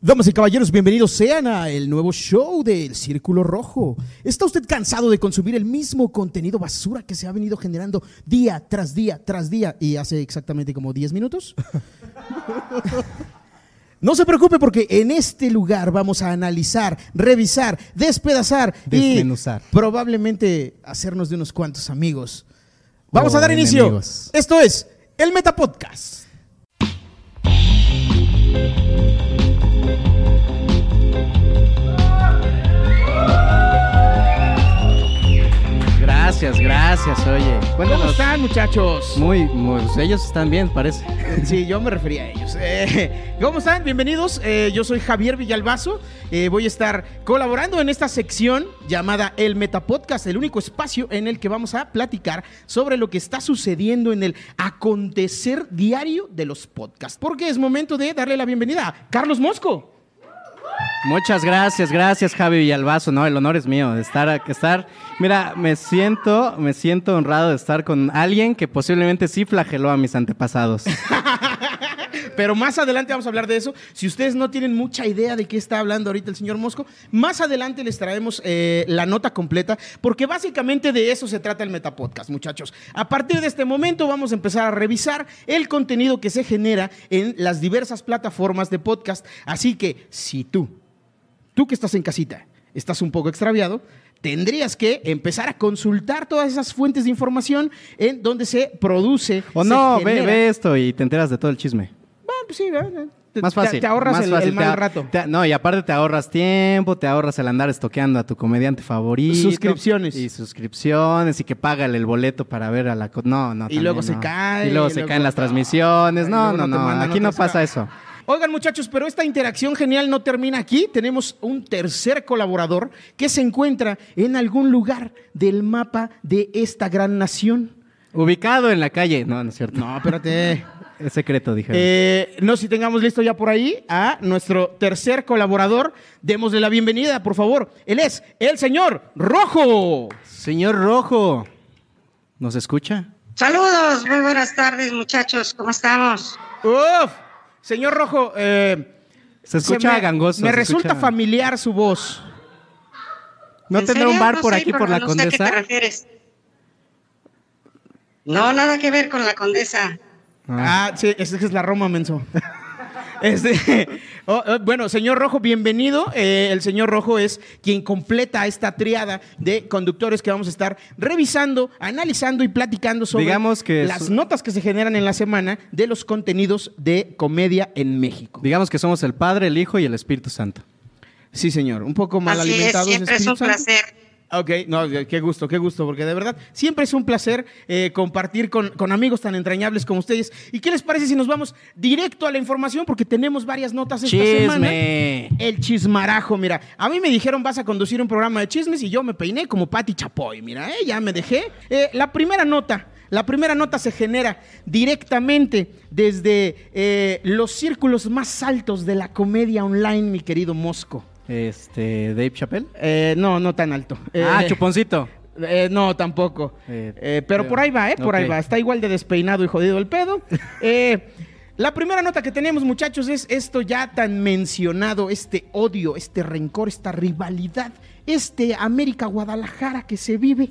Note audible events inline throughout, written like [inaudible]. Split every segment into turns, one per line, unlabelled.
Damas y caballeros, bienvenidos sean a el nuevo show del Círculo Rojo. ¿Está usted cansado de consumir el mismo contenido basura que se ha venido generando día tras día tras día y hace exactamente como 10
[laughs]
minutos? No se preocupe porque en este lugar vamos a analizar, revisar, despedazar
Desmenuzar.
y probablemente hacernos de unos cuantos amigos. Vamos
O
a dar inicio.
enemigos.
Esto es el Metapodcast.
Gracias, gracias, oye.
Pues, ¿Cómo
Cuéntanos.
están, muchachos?
Muy, muy, pues ellos están bien, parece.
Eh, Sí, yo me refería a ellos. Eh, ¿Cómo están? Bienvenidos. Eh, yo soy Javier Villalbazo. Eh, voy a estar colaborando en esta sección llamada El Metapodcast, el único espacio en el que vamos a platicar sobre lo que está sucediendo en el acontecer diario de los podcasts. Porque es momento de darle la bienvenida a Carlos Mosco.
Muchas gracias, gracias Javi Villalbazo, no, el honor es mío de estar, a- que estar. Mira, me siento, me siento honrado de estar con alguien que posiblemente sí flageló a mis antepasados.
Pero más adelante vamos a hablar de eso. Si ustedes no tienen mucha idea de qué está hablando ahorita el señor Mosco, más adelante les traemos eh, la nota completa, porque básicamente de eso se trata el Metapodcast, muchachos. A partir de este momento vamos a empezar a revisar el contenido que se genera en las diversas plataformas de podcast. Así que si tú tú que estás en casita, estás un poco extraviado, tendrías que empezar a consultar todas esas fuentes de información en donde se produce. [laughs]
O
se
no, ve,
genera.
ve esto y te enteras de todo el chisme.
Bueno, pues sí, ¿verdad? Te-
Más
te-
fácil.
Te, ahorras
más
el,
fácil,
el
te
mal
a-
rato.
te a- no, y aparte te ahorras tiempo, te ahorras el andar estoqueando a tu comediante favorito.
Suscripciones.
Y suscripciones, y que págale el boleto para ver a la... co- No, no.
Y luego
también
se
no.
cae,
Y luego
y
se
luego-
caen las transmisiones.
Y
No,
luego
no,
no te
no.
mandan
Aquí no
otras ca-
pasa eso.
Oigan, muchachos, pero esta interacción genial no termina aquí. Tenemos un tercer colaborador que se encuentra en algún lugar del mapa de esta gran nación.
Ubicado en la calle. No, no es cierto.
No, espérate.
Es secreto, dijeron.
[laughs] Eh, no, si tengamos listo ya por ahí a nuestro tercer colaborador. Démosle la bienvenida, por favor. Él es el señor Rojo.
Señor Rojo, ¿nos escucha?
Saludos, muy buenas tardes muchachos, ¿cómo estamos?
Uf, señor Rojo, eh,
Se escucha
se me-
gangoso.
Me
se
resulta
escucha-
familiar su voz.
¿No
¿En
tendrá
serio?
un bar
No
por
sé,
aquí, por
pero
la
no sé a qué te
condesa?
refieres. No, nada que ver con la condesa.
Ah, sí, esa es la Roma, menso. [laughs] Este, [laughs] oh, oh, bueno, señor Rojo, bienvenido. Eh, el señor Rojo es quien completa esta triada de conductores que vamos a estar revisando, analizando y platicando sobre
Digamos que
las
su-
notas que se generan en la semana de los contenidos de comedia en México.
Digamos que somos el Padre, el Hijo y el Espíritu Santo.
Sí, señor, un poco mal
Así es,
alimentados.
siempre es un
Espíritu Santo.
placer.
Ok, no, qué gusto, qué gusto, porque de verdad siempre es un placer eh, compartir con, con amigos tan entrañables como ustedes. ¿Y qué les parece si nos vamos directo a la información? Porque tenemos varias notas esta semana.
Chisme.
El chismarajo, mira. A mí me dijeron vas a conducir un programa de chismes y yo me peiné como Patti Chapoy, mira, eh, ya me dejé. Eh, la primera nota, la primera nota se genera directamente desde eh, los círculos más altos de la comedia online, mi querido Mosco.
Este, Dave Chappelle.
Eh, no, no tan alto.
ah,
Eh, [laughs]
Chuponcito.
eh, no, tampoco.
Eh,
Eh, pero
eh,
por ahí va, ¿eh? Por ahí
ok.
va. Está igual de despeinado y jodido el
[laughs]
pedo. Eh, la primera nota que tenemos, muchachos, es esto ya tan mencionado, este odio, este rencor, esta rivalidad, este América Guadalajara que se vive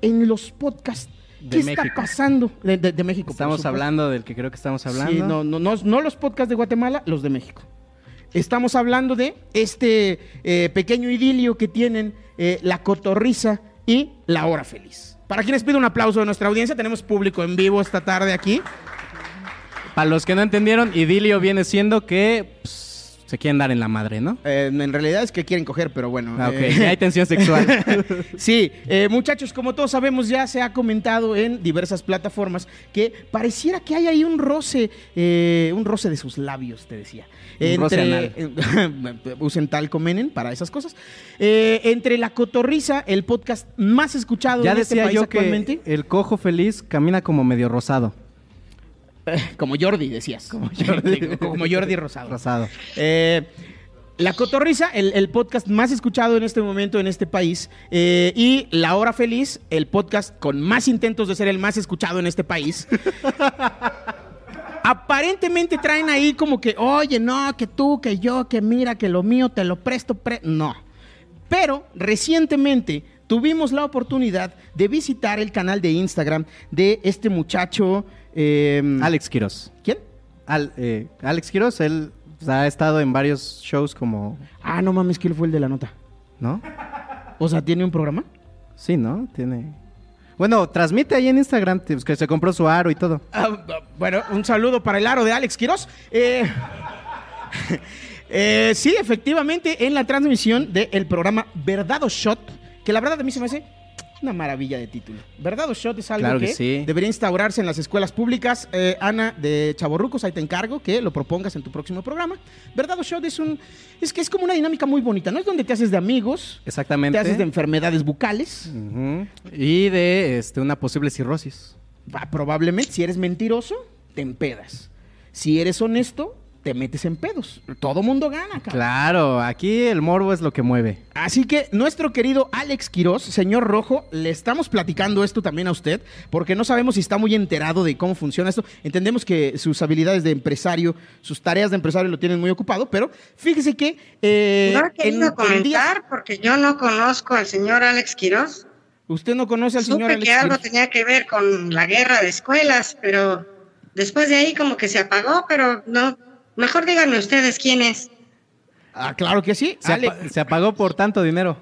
en los podcasts.
De
¿Qué está
México.
pasando? De, de- de México. por
Estamos
supuesto.
hablando del que creo que estamos hablando.
Sí, no, no, no, no los podcasts de Guatemala, los de México. Estamos hablando de este eh, pequeño idilio que tienen eh, la cotorriza y la hora feliz. Para quienes pido un aplauso de nuestra audiencia, tenemos público en vivo esta tarde aquí.
Para los que no entendieron, idilio viene siendo que pues, se quieren dar en la madre, ¿no?
Eh, en realidad es que quieren coger, pero bueno.
Ah, ok,
eh,
ya hay
[laughs]
tensión sexual.
Sí, eh, muchachos, como todos sabemos, ya se ha comentado en diversas plataformas que pareciera que hay ahí un roce, eh, un roce de sus labios, te decía.
Un roce
[laughs] usen tal comenen para esas cosas. Eh, entre La Cotorriza, el podcast más escuchado
ya
en este
decía
país
yo
actualmente.
que el cojo feliz camina como medio rosado.
Como Jordi, decías. Como [laughs] Jordi, [laughs] como Jordi Rosado.
Rosado.
Eh, la Cotorrisa, el, el podcast más escuchado en este momento en este país. eh, y La Hora Feliz, el podcast con más intentos de ser el más escuchado en este país. [laughs] Aparentemente traen ahí como que, oye, no, que tú, que yo, que mira, que lo mío, te lo presto. pre-". no. Pero recientemente tuvimos la oportunidad de visitar el canal de Instagram de este muchacho. eh,
Alex Quiroz.
¿Quién?
Al- eh, Alex Quiroz, él pues, ha estado en varios shows como...
Ah, no mames, que él fue el de la nota.
¿No?
O sea, ¿tiene un programa?
Sí, ¿no? Tiene... Bueno, transmite ahí en Instagram, t- pues, que se compró su aro y todo.
Ah, ah, bueno, un saludo para el aro de Alex Quiroz. Eh, eh, sí, efectivamente, en la transmisión del programa Verdad o Shot, que la verdad a mí se me hace una maravilla de título. Verdad o Shot es algo
Claro
que,
que sí.
debería instaurarse en las escuelas públicas. Eh, Ana de Chaborrucos, ahí te encargo que lo propongas en tu próximo programa. Verdad o Shot es un. Es que es como una dinámica muy bonita, ¿no? Es donde te haces de amigos,
Exactamente.
te haces de enfermedades bucales.
Ujú. Y de este, una posible cirrosis.
Pa- Ah, Probablemente, si eres mentiroso, te empedas. Si eres honesto, te metes en pedos. Todo mundo gana, cabrón.
Claro, aquí el morbo es lo que mueve.
Así que nuestro querido Alex Quiroz, señor Rojo, le estamos platicando esto también a usted, porque no sabemos si está muy enterado de cómo funciona esto. Entendemos que sus habilidades de empresario, sus tareas de empresario lo tienen muy ocupado, pero fíjese que... eh,
No he querido
en- en días-
comentar porque yo no conozco al señor Alex Quirós.
usted no conoce al señor
Supe
Alex
que algo
Quiroz.
tenía que ver con la guerra de escuelas, pero después de ahí como que se apagó, pero no. Mejor díganme ustedes quién es.
Ah, claro que sí.
Se,
Ale-
apa- se apagó por tanto dinero.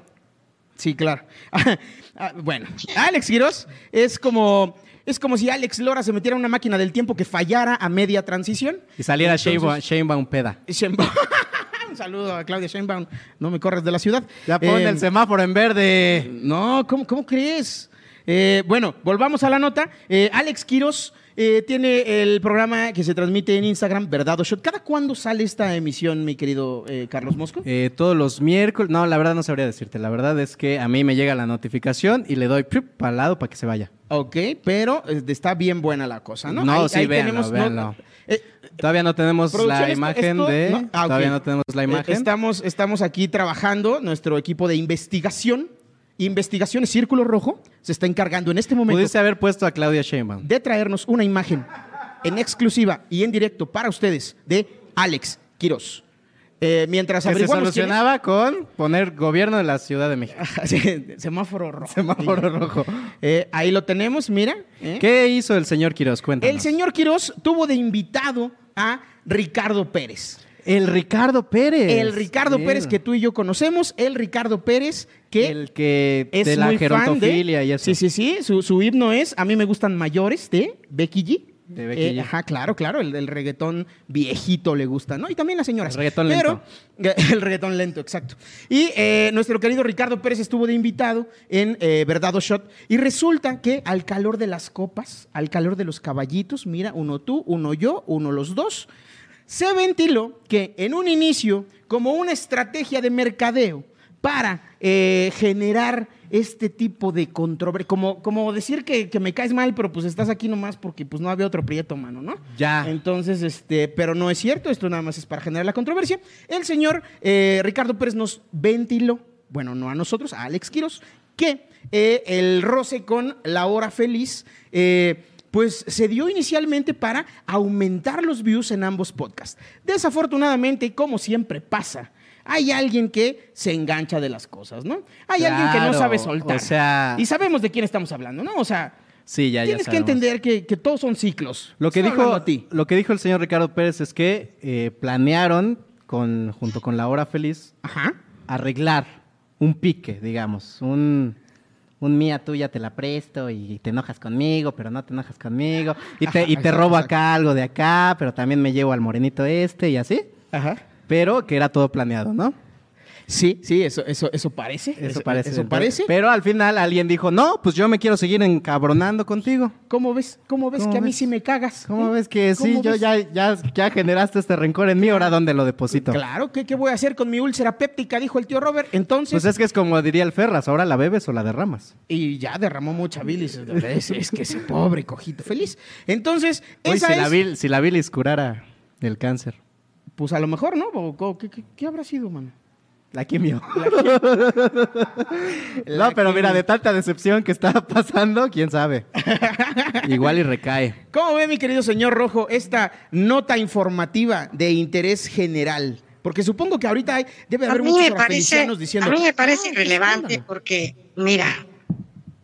Sí, claro. [laughs] Ah, bueno, Alex Quiroz es como es como si Alex Lora se metiera en una máquina del tiempo que fallara a media transición.
Y saliera
Entonces-
Sheinbaum Sheinbaum peda.
Sheinbaum. [laughs] Un saludo a Claudia Sheinbaum. No me corres de la ciudad.
Ya pone
Eh,
el semáforo en verde.
No, ¿cómo, cómo crees? Eh, bueno, volvamos a la nota. Eh, Alex Quiroz eh, tiene el programa que se transmite en Instagram, Verdad o Shot. ¿Cada cuándo sale esta emisión, mi querido eh, Carlos Mosco?
Eh, todos los miércoles. No, la verdad no sabría decirte. La verdad es que a mí me llega la notificación y le doy para al lado para que se vaya.
Ok, pero eh, está bien buena la cosa, ¿no?
No, sí, véanlo,
no-
véanlo.
Eh,
Todavía no tenemos
Producción,
la
esto-
imagen
esto-
de.
no, ah, ok.
Todavía no tenemos la
Eh,
imagen.
Estamos, estamos aquí trabajando, nuestro equipo de investigación, investigaciones Círculo Rojo, se está encargando en este momento
Pudiste haber puesto a Claudia Sheinbaum.
de traernos una imagen en exclusiva y en directo para ustedes de Alex Quiroz. Eh, mientras
Que se
averiguamos quién es-
solucionaba con poner gobierno de la Ciudad de México.
[laughs] Sí, semáforo rojo.
Semáforo rojo.
Eh, ahí lo tenemos, mira. ¿eh?
¿Qué hizo el señor Quiroz? Cuéntanos.
El señor Quiroz tuvo de invitado a Ricardo Pérez.
El Ricardo Pérez.
El Ricardo
Mira.
Pérez que tú y yo conocemos, el Ricardo Pérez que
El que
es
de la
muy
gerontofilia
fan de,
y eso.
Sí, sí, sí, su, su himno es A mí me gustan mayores de Becky G. Eh,
De Becky G.
Ajá, claro, claro, el, el reggaetón viejito le gusta, ¿no? Y también las señoras.
El reggaetón
Pero- [laughs] El reggaetón lento, exacto. Y eh, nuestro querido Ricardo Pérez estuvo de invitado en eh, Verdad o Shot. Y resulta que al calor de las copas, al calor de los caballitos, mira, uno tú, uno yo, uno los dos, se ventiló que en un inicio, como una estrategia de mercadeo para eh, generar este tipo de controversia, como, como decir que, que me caes mal, pero pues estás aquí nomás porque pues no había otro prieto, mano, ¿no?
Ya.
Entonces, este, pero no es cierto, esto nada más es para generar la controversia. El señor eh, Ricardo Pérez nos ventiló, bueno, no a nosotros, a Alex Quiroz, que eh, el roce con la hora feliz, eh, pues se dio inicialmente para aumentar los views en ambos podcasts. Desafortunadamente, como siempre pasa, hay alguien que se engancha de las cosas, ¿no? Hay alguien que no
Claro,
sabe soltar.
o sea-
y sabemos de quién estamos hablando, ¿no? O sea,
Sí, ya, ya
tienes que
sabemos.
entender que, que todos son ciclos.
Lo que,
Estoy hablando
dijo,
a ti.
lo que dijo el señor Ricardo Pérez es que eh, planearon, con, junto con la hora feliz,
Ajá.
arreglar un pique, digamos. Un, un mía tuya te la presto y te enojas conmigo, pero no te enojas conmigo.
[laughs]
Y te, y te robo acá algo de acá, pero también me llevo al morenito este y así.
Ajá.
pero que era todo planeado, ¿no?
Sí, sí, eso, eso, eso parece.
Eso parece.
Eso parece.
Pero al final alguien dijo, no, pues yo me quiero seguir encabronando contigo.
¿Cómo ves? ¿Cómo ves
¿Cómo
que a mí
ves?
sí me cagas?
¿Cómo
¿Eh?
ves que sí?
¿Cómo
Yo
ves?
ya, ya, ya generaste este rencor en mí, ahora dónde lo deposito.
Claro, ¿qué, ¿qué voy a hacer con mi úlcera péptica? Dijo el tío Robert. Entonces,
Pues es que es como diría el Ferras, ahora la bebes o la derramas.
y ya derramó mucha
[laughs]
bilis. Es, es que ese pobre cojito feliz. Entonces,
Uy,
esa
si, la
es-
vil- si la bilis curara el cáncer.
Pues a lo mejor, ¿no? O co- ¿Qué, qué- qué habrá sido, mano?
[laughs] La quimio.
La
no, pero mira,
quimio.
de tanta decepción que está [laughs] pasando,
[laughs]
quién sabe. Igual y recae.
¿Cómo ve, mi querido señor Rojo, esta nota informativa de interés general? Porque supongo que ahorita hay, debe
A
haber
mí,
muchos
me parece,
felicianos diciendo.
a mí me parece
"Ay, qué
irrelevante
escándalo".
porque, mira,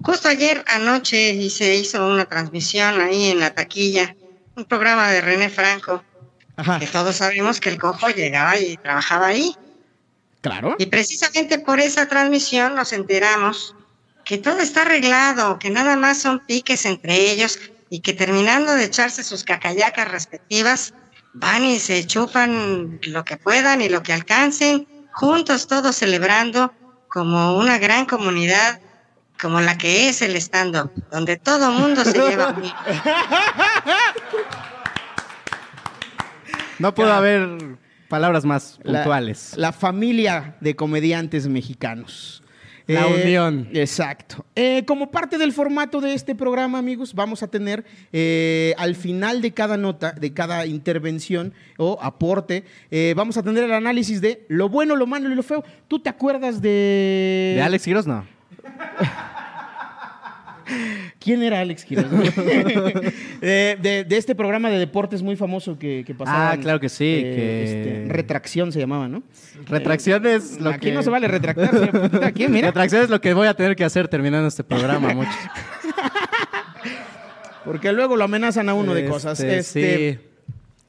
justo ayer anoche y se hizo una transmisión ahí en la taquilla, un programa de René Franco,
Ajá,
que todos sabemos que el cojo llegaba y trabajaba ahí.
claro.
Y precisamente por esa transmisión nos enteramos que todo está arreglado, que nada más son piques entre ellos y que terminando de echarse sus cacayacas respectivas, van y se chupan lo que puedan y lo que alcancen, juntos todos celebrando como una gran comunidad como la que es el stand-up, donde todo mundo se lleva bien.
No pudo haber palabras más
La-
puntuales.
La, familia de comediantes mexicanos. Eh,
La unión.
Exacto. Eh, como parte del formato de este programa, amigos, vamos a tener eh, al final de cada nota, de cada intervención o aporte, eh, vamos a tener el análisis de lo bueno, lo malo y lo feo. ¿Tú te acuerdas de.
¿De Alex Quiroz no?
Eh, ¿Quién era Alex
[laughs]
Quiroz? [laughs] Eh, de, de este programa de deportes muy famoso que, que pasaba.
Ah, claro que sí, que-
retracción se llamaba, ¿no?
Retracciones. Lo
Aquí
que...
no se vale retractarse. Aquí, mira.
Retracción es lo que voy a tener que hacer terminando este programa, muchos.
Porque luego lo amenazan a [laughs] uno de
Este,
cosas. Este,
sí.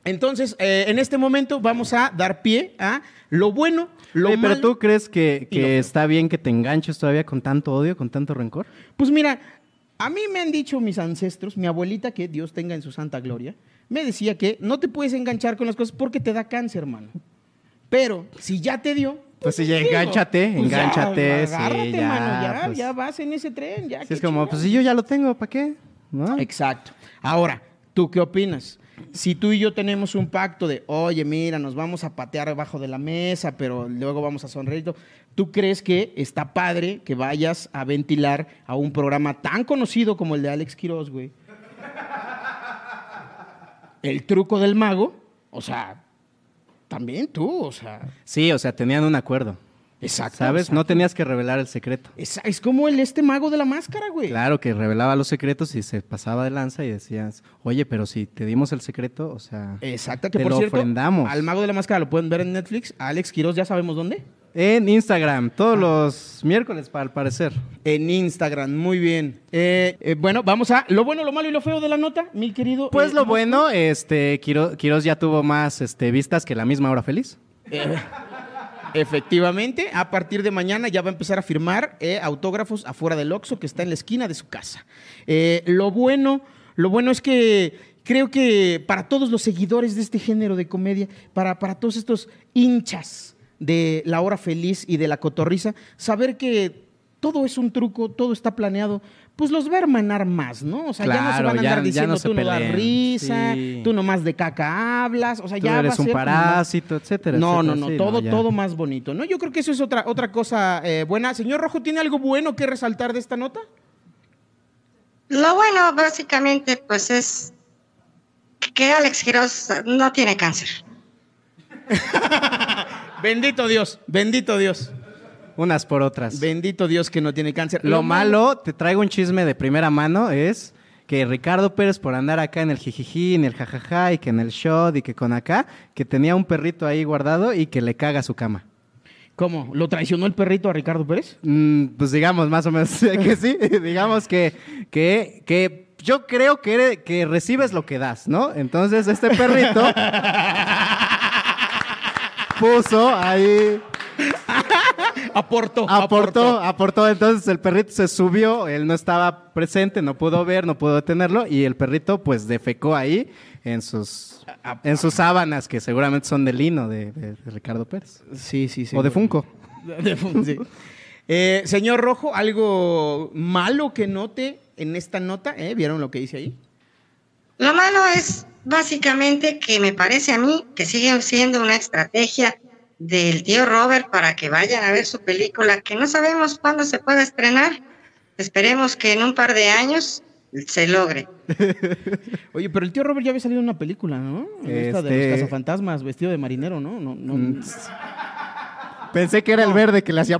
Entonces, eh, en este momento vamos a dar pie a lo bueno, lo
Oye, pero
malo.
tú crees que, que
lo feo.
está bien que te enganches todavía con tanto odio, con tanto rencor?
Pues mira, a mí me han dicho mis ancestros, mi abuelita, que Dios tenga en su santa gloria, me decía que no te puedes enganchar con las cosas porque te da cáncer, hermano. Pero si ya te dio.
Pues sí,
digo, Pues
engánchate,
ya,
engánchate, sí,
Agárrate,
ya,
mano, ya,
pues.
ya vas en ese tren. Ya,
Así
Ah, qué
es como,
chingado.
pues si yo ya lo tengo, ¿para qué? ¿No?
Exacto. Ahora, ¿tú qué opinas? Si tú y yo tenemos un pacto de, oye, mira, nos vamos a patear debajo de la mesa, pero luego vamos a sonreír, ¿tú crees que está padre que vayas a ventilar a un programa tan conocido como el de Alex Quiroz, güey? El truco del mago, o sea, también tú, o sea,
Sí, o sea, tenían un acuerdo.
exacto.
¿Sabes? No tenías que revelar el secreto.
Es, es como el este mago de la máscara, güey.
Claro, que revelaba los secretos y se pasaba de lanza y decías, oye, pero si te dimos el secreto, o sea,
Exacto, que
Te
por
lo
cierto,
ofrendamos.
al Mago de la Máscara lo pueden ver en Netflix. A Alex Quiroz, ya sabemos dónde.
en Instagram,
Ah.
todos los miércoles, pa- al parecer.
En Instagram, muy bien. Eh, eh, bueno, vamos a lo bueno, lo malo y lo feo de la nota, mi querido.
Pues
eh,
lo
Mosco.
bueno, este, Quiro- Quiroz ya tuvo más este, vistas que la misma Hora Feliz.
Eh, efectivamente, a partir de mañana ya va a empezar a firmar eh, autógrafos afuera del Oxxo que está en la esquina de su casa. Eh, lo bueno, lo bueno es que creo que para todos los seguidores de este género de comedia, para, para todos estos hinchas de la hora feliz y de la cotorriza, saber que todo es un truco, todo está planeado, pues los va a hermanar más, ¿no? O sea, ya no se
Claro,
van a
ya-
andar
ya
diciendo
no se
tú no das
peleen,
risa,
sí.
tú nomás de caca hablas, o sea,
Tú
ya va
eres
a
un
ser como más-
parásito, etcétera.
no,
etcétera,
no, no,
sí,
todo,
ya.
todo más bonito, ¿no? Yo creo que eso es otra, otra cosa eh, buena. Señor Rojo, ¿tiene algo bueno que resaltar de esta nota?
Lo bueno, básicamente, pues es que Alex Quiroz no tiene cáncer.
Bendito Dios, bendito Dios.
Unas por otras.
Bendito Dios que no tiene cáncer.
Lo malo, te traigo un chisme de primera mano, es que Ricardo Pérez, por andar acá en el jijiji, en el jajaja, y que en el shot, y que con acá, que tenía un perrito ahí guardado y que le caga su cama.
¿Cómo? ¿Lo traicionó el perrito a Ricardo Pérez?
Mm, pues digamos, más o menos, [laughs] que sí, digamos que, que, que yo creo que, eres- que recibes lo que das, ¿no? Entonces, este [laughs] perrito puso ahí...
Aportó.
aportó, aportó. Entonces el perrito se subió, él no estaba presente, no pudo ver, no pudo detenerlo y el perrito pues defecó ahí en sus, en sus sábanas, que seguramente son de lino de, de- de Ricardo Pérez.
Sí, sí, sí.
o de Funko.
[laughs] De Funko, sí. Eh, señor Rojo, ¿algo malo que note en esta nota? ¿Eh? ¿Vieron lo que dice ahí?
Lo malo es básicamente que me parece a mí que siguen siendo una estrategia del tío Robert para que vayan a ver su película, que no sabemos cuándo se puede estrenar. Esperemos que en un par de años se logre.
Oye, pero el tío Robert ya había salido en una película, ¿no? En Esta de
Este-
los cazafantasmas, vestido de marinero, ¿no? No, no.
Mm, Pensé que era el verde que le hacía...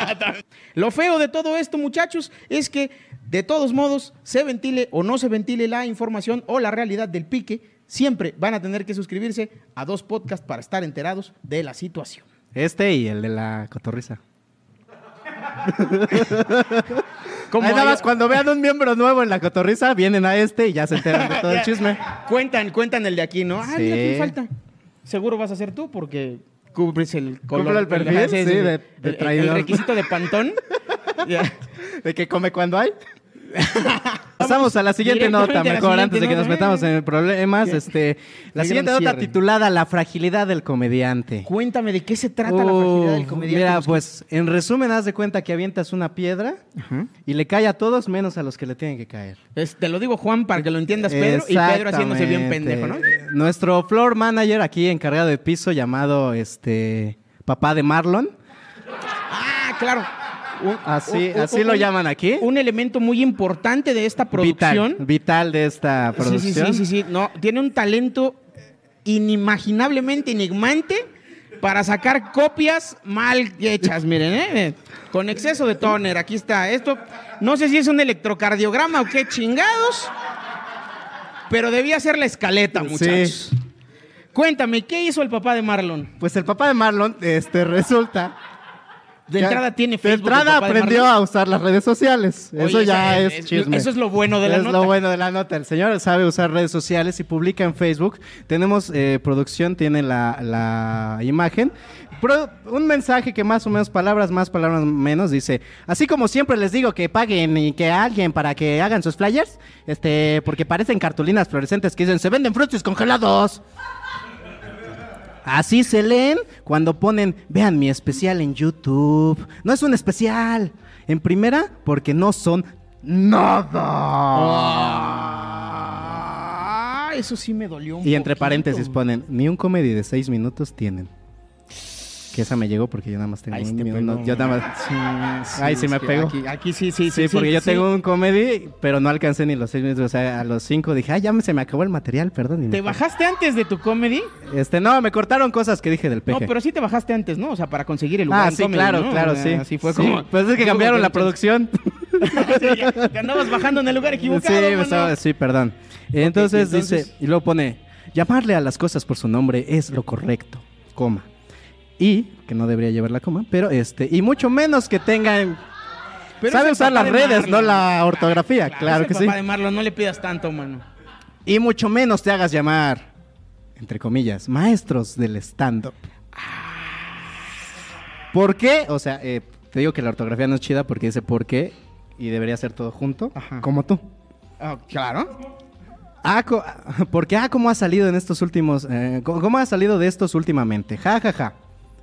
[laughs] Lo feo de todo esto, muchachos, es que de todos modos, se ventile o no se ventile la información o la realidad del pique, siempre van a tener que suscribirse a dos podcasts para estar enterados de la situación.
Este y el de la cotorriza.
Como
Ahí nada
hay-
más, cuando vean un miembro nuevo en la cotorriza, vienen a este y ya se enteran de
[laughs]
todo el chisme.
Cuentan, cuentan el de aquí, ¿no? Ah, mira
Sí.
quién falta. Seguro vas a ser tú porque cubres el color.
Cumplo el perfil,
ajá,
sí, de- de
el- el- El
traidor.
requisito de
[laughs]
pantón. Ya.
¿De qué come
[laughs]
cuando hay? Pasamos a la siguiente
Directamente
nota,
a la
mejor
siguiente
antes de que
nota.
nos metamos en problemas.
Qué-
Este, la
gran
siguiente nota
cierre.
titulada La fragilidad del comediante.
Cuéntame de qué se trata la fragilidad del
Uf,
comediante.
Mira,
Los-
pues en resumen, haz de cuenta que avientas una piedra y le cae a todos menos a los que le tienen que caer.
Es- te lo digo, Juan, para que lo entiendas, Pedro. Y Pedro haciéndose bien pendejo, ¿no?
Exactamente. Nuestro floor manager aquí encargado de piso llamado este papá de Marlon.
Ah, claro. Un-
Así,
un- un-
así lo
un-
llaman aquí.
Un elemento muy importante de esta producción.
vital, vital de esta
Sí,
producción.
sí, sí, sí, sí. No, tiene un talento inimaginablemente enigmante para sacar copias mal hechas, miren, ¿eh? Con exceso de toner, aquí está. Esto, no sé si es un electrocardiograma o qué chingados, pero debía ser la escaleta, muchachos.
Sí.
Cuéntame, ¿qué hizo el papá de Marlon?
Pues el papá de Marlon, este, resulta.
De
que-
entrada tiene
De
Facebook. el
entrada
papá de
aprendió
Marlon.
a usar las redes sociales.
Oye,
eso ya
esa-
es, chisme.
Eso es lo bueno de la
es
nota.
lo bueno de la nota. El señor sabe usar redes sociales y publica en Facebook. Tenemos eh, producción, tiene la, la imagen. Pro- un mensaje que más o menos, palabras más, palabras menos, dice: Así como siempre les digo que paguen y que alguien para que hagan sus flyers, este, porque parecen cartulinas fluorescentes que dicen: Se venden frutos congelados. Así se leen cuando ponen, vean mi especial en YouTube. No es un especial. En primera, porque no son nada.
Ah, eso sí me dolió un
Y entre
poquito.
paréntesis pues, ponen, ni un comedy de seis minutos tienen. Que esa me llegó porque yo nada más tengo
Ahí
un
sí te
minuto.
pegó.
yo nada más- Ahí sí
es
me
que
pegó.
Aquí, aquí sí, sí,
Sí,
sí.
porque
sí,
yo
sí.
tengo un comedy, pero no alcancé ni los seis minutos. O sea, a los cinco dije, ay, ya me- se me acabó el material, perdón. y me
¿Te bajaste antes de tu comedy?
fui. Este, no, me cortaron cosas que dije del
No,
peje.
pero sí te bajaste antes, ¿no? O sea, para conseguir el lugar.
ah,
en
sí,
comedy,
claro,
¿no?
claro,
O sea,
sí.
Así fue
Sí,
como.
Pues es que
como
cambiaron
no
la
te-
producción.
[laughs] Sí, ya, te andabas bajando en el lugar equivocado.
sí, pues, me
mano.
estaba- sí, perdón. Entonces, dice,
entonces-
y luego pone, llamarle a las cosas por su nombre es lo correcto, coma. Y, que no debería llevar la coma, pero este, y mucho menos que tengan...
Pero es
sabe
el
usar
papá
las
de
redes,
Marlon.
no la ortografía,
es
claro
el
que sí.
Papá de Marlon, no le pidas tanto, mano.
Y mucho menos te hagas llamar, entre comillas, maestros del stand-up. ¿Por qué? O sea, eh, te digo que la ortografía no es chida porque dice por qué y debería ser todo junto,
Ajá.
como tú.
Ah, claro.
Ah, co- [laughs] porque ah, cómo ha salido en estos últimos, eh, co- cómo ha salido de estos últimamente, ja ja ja,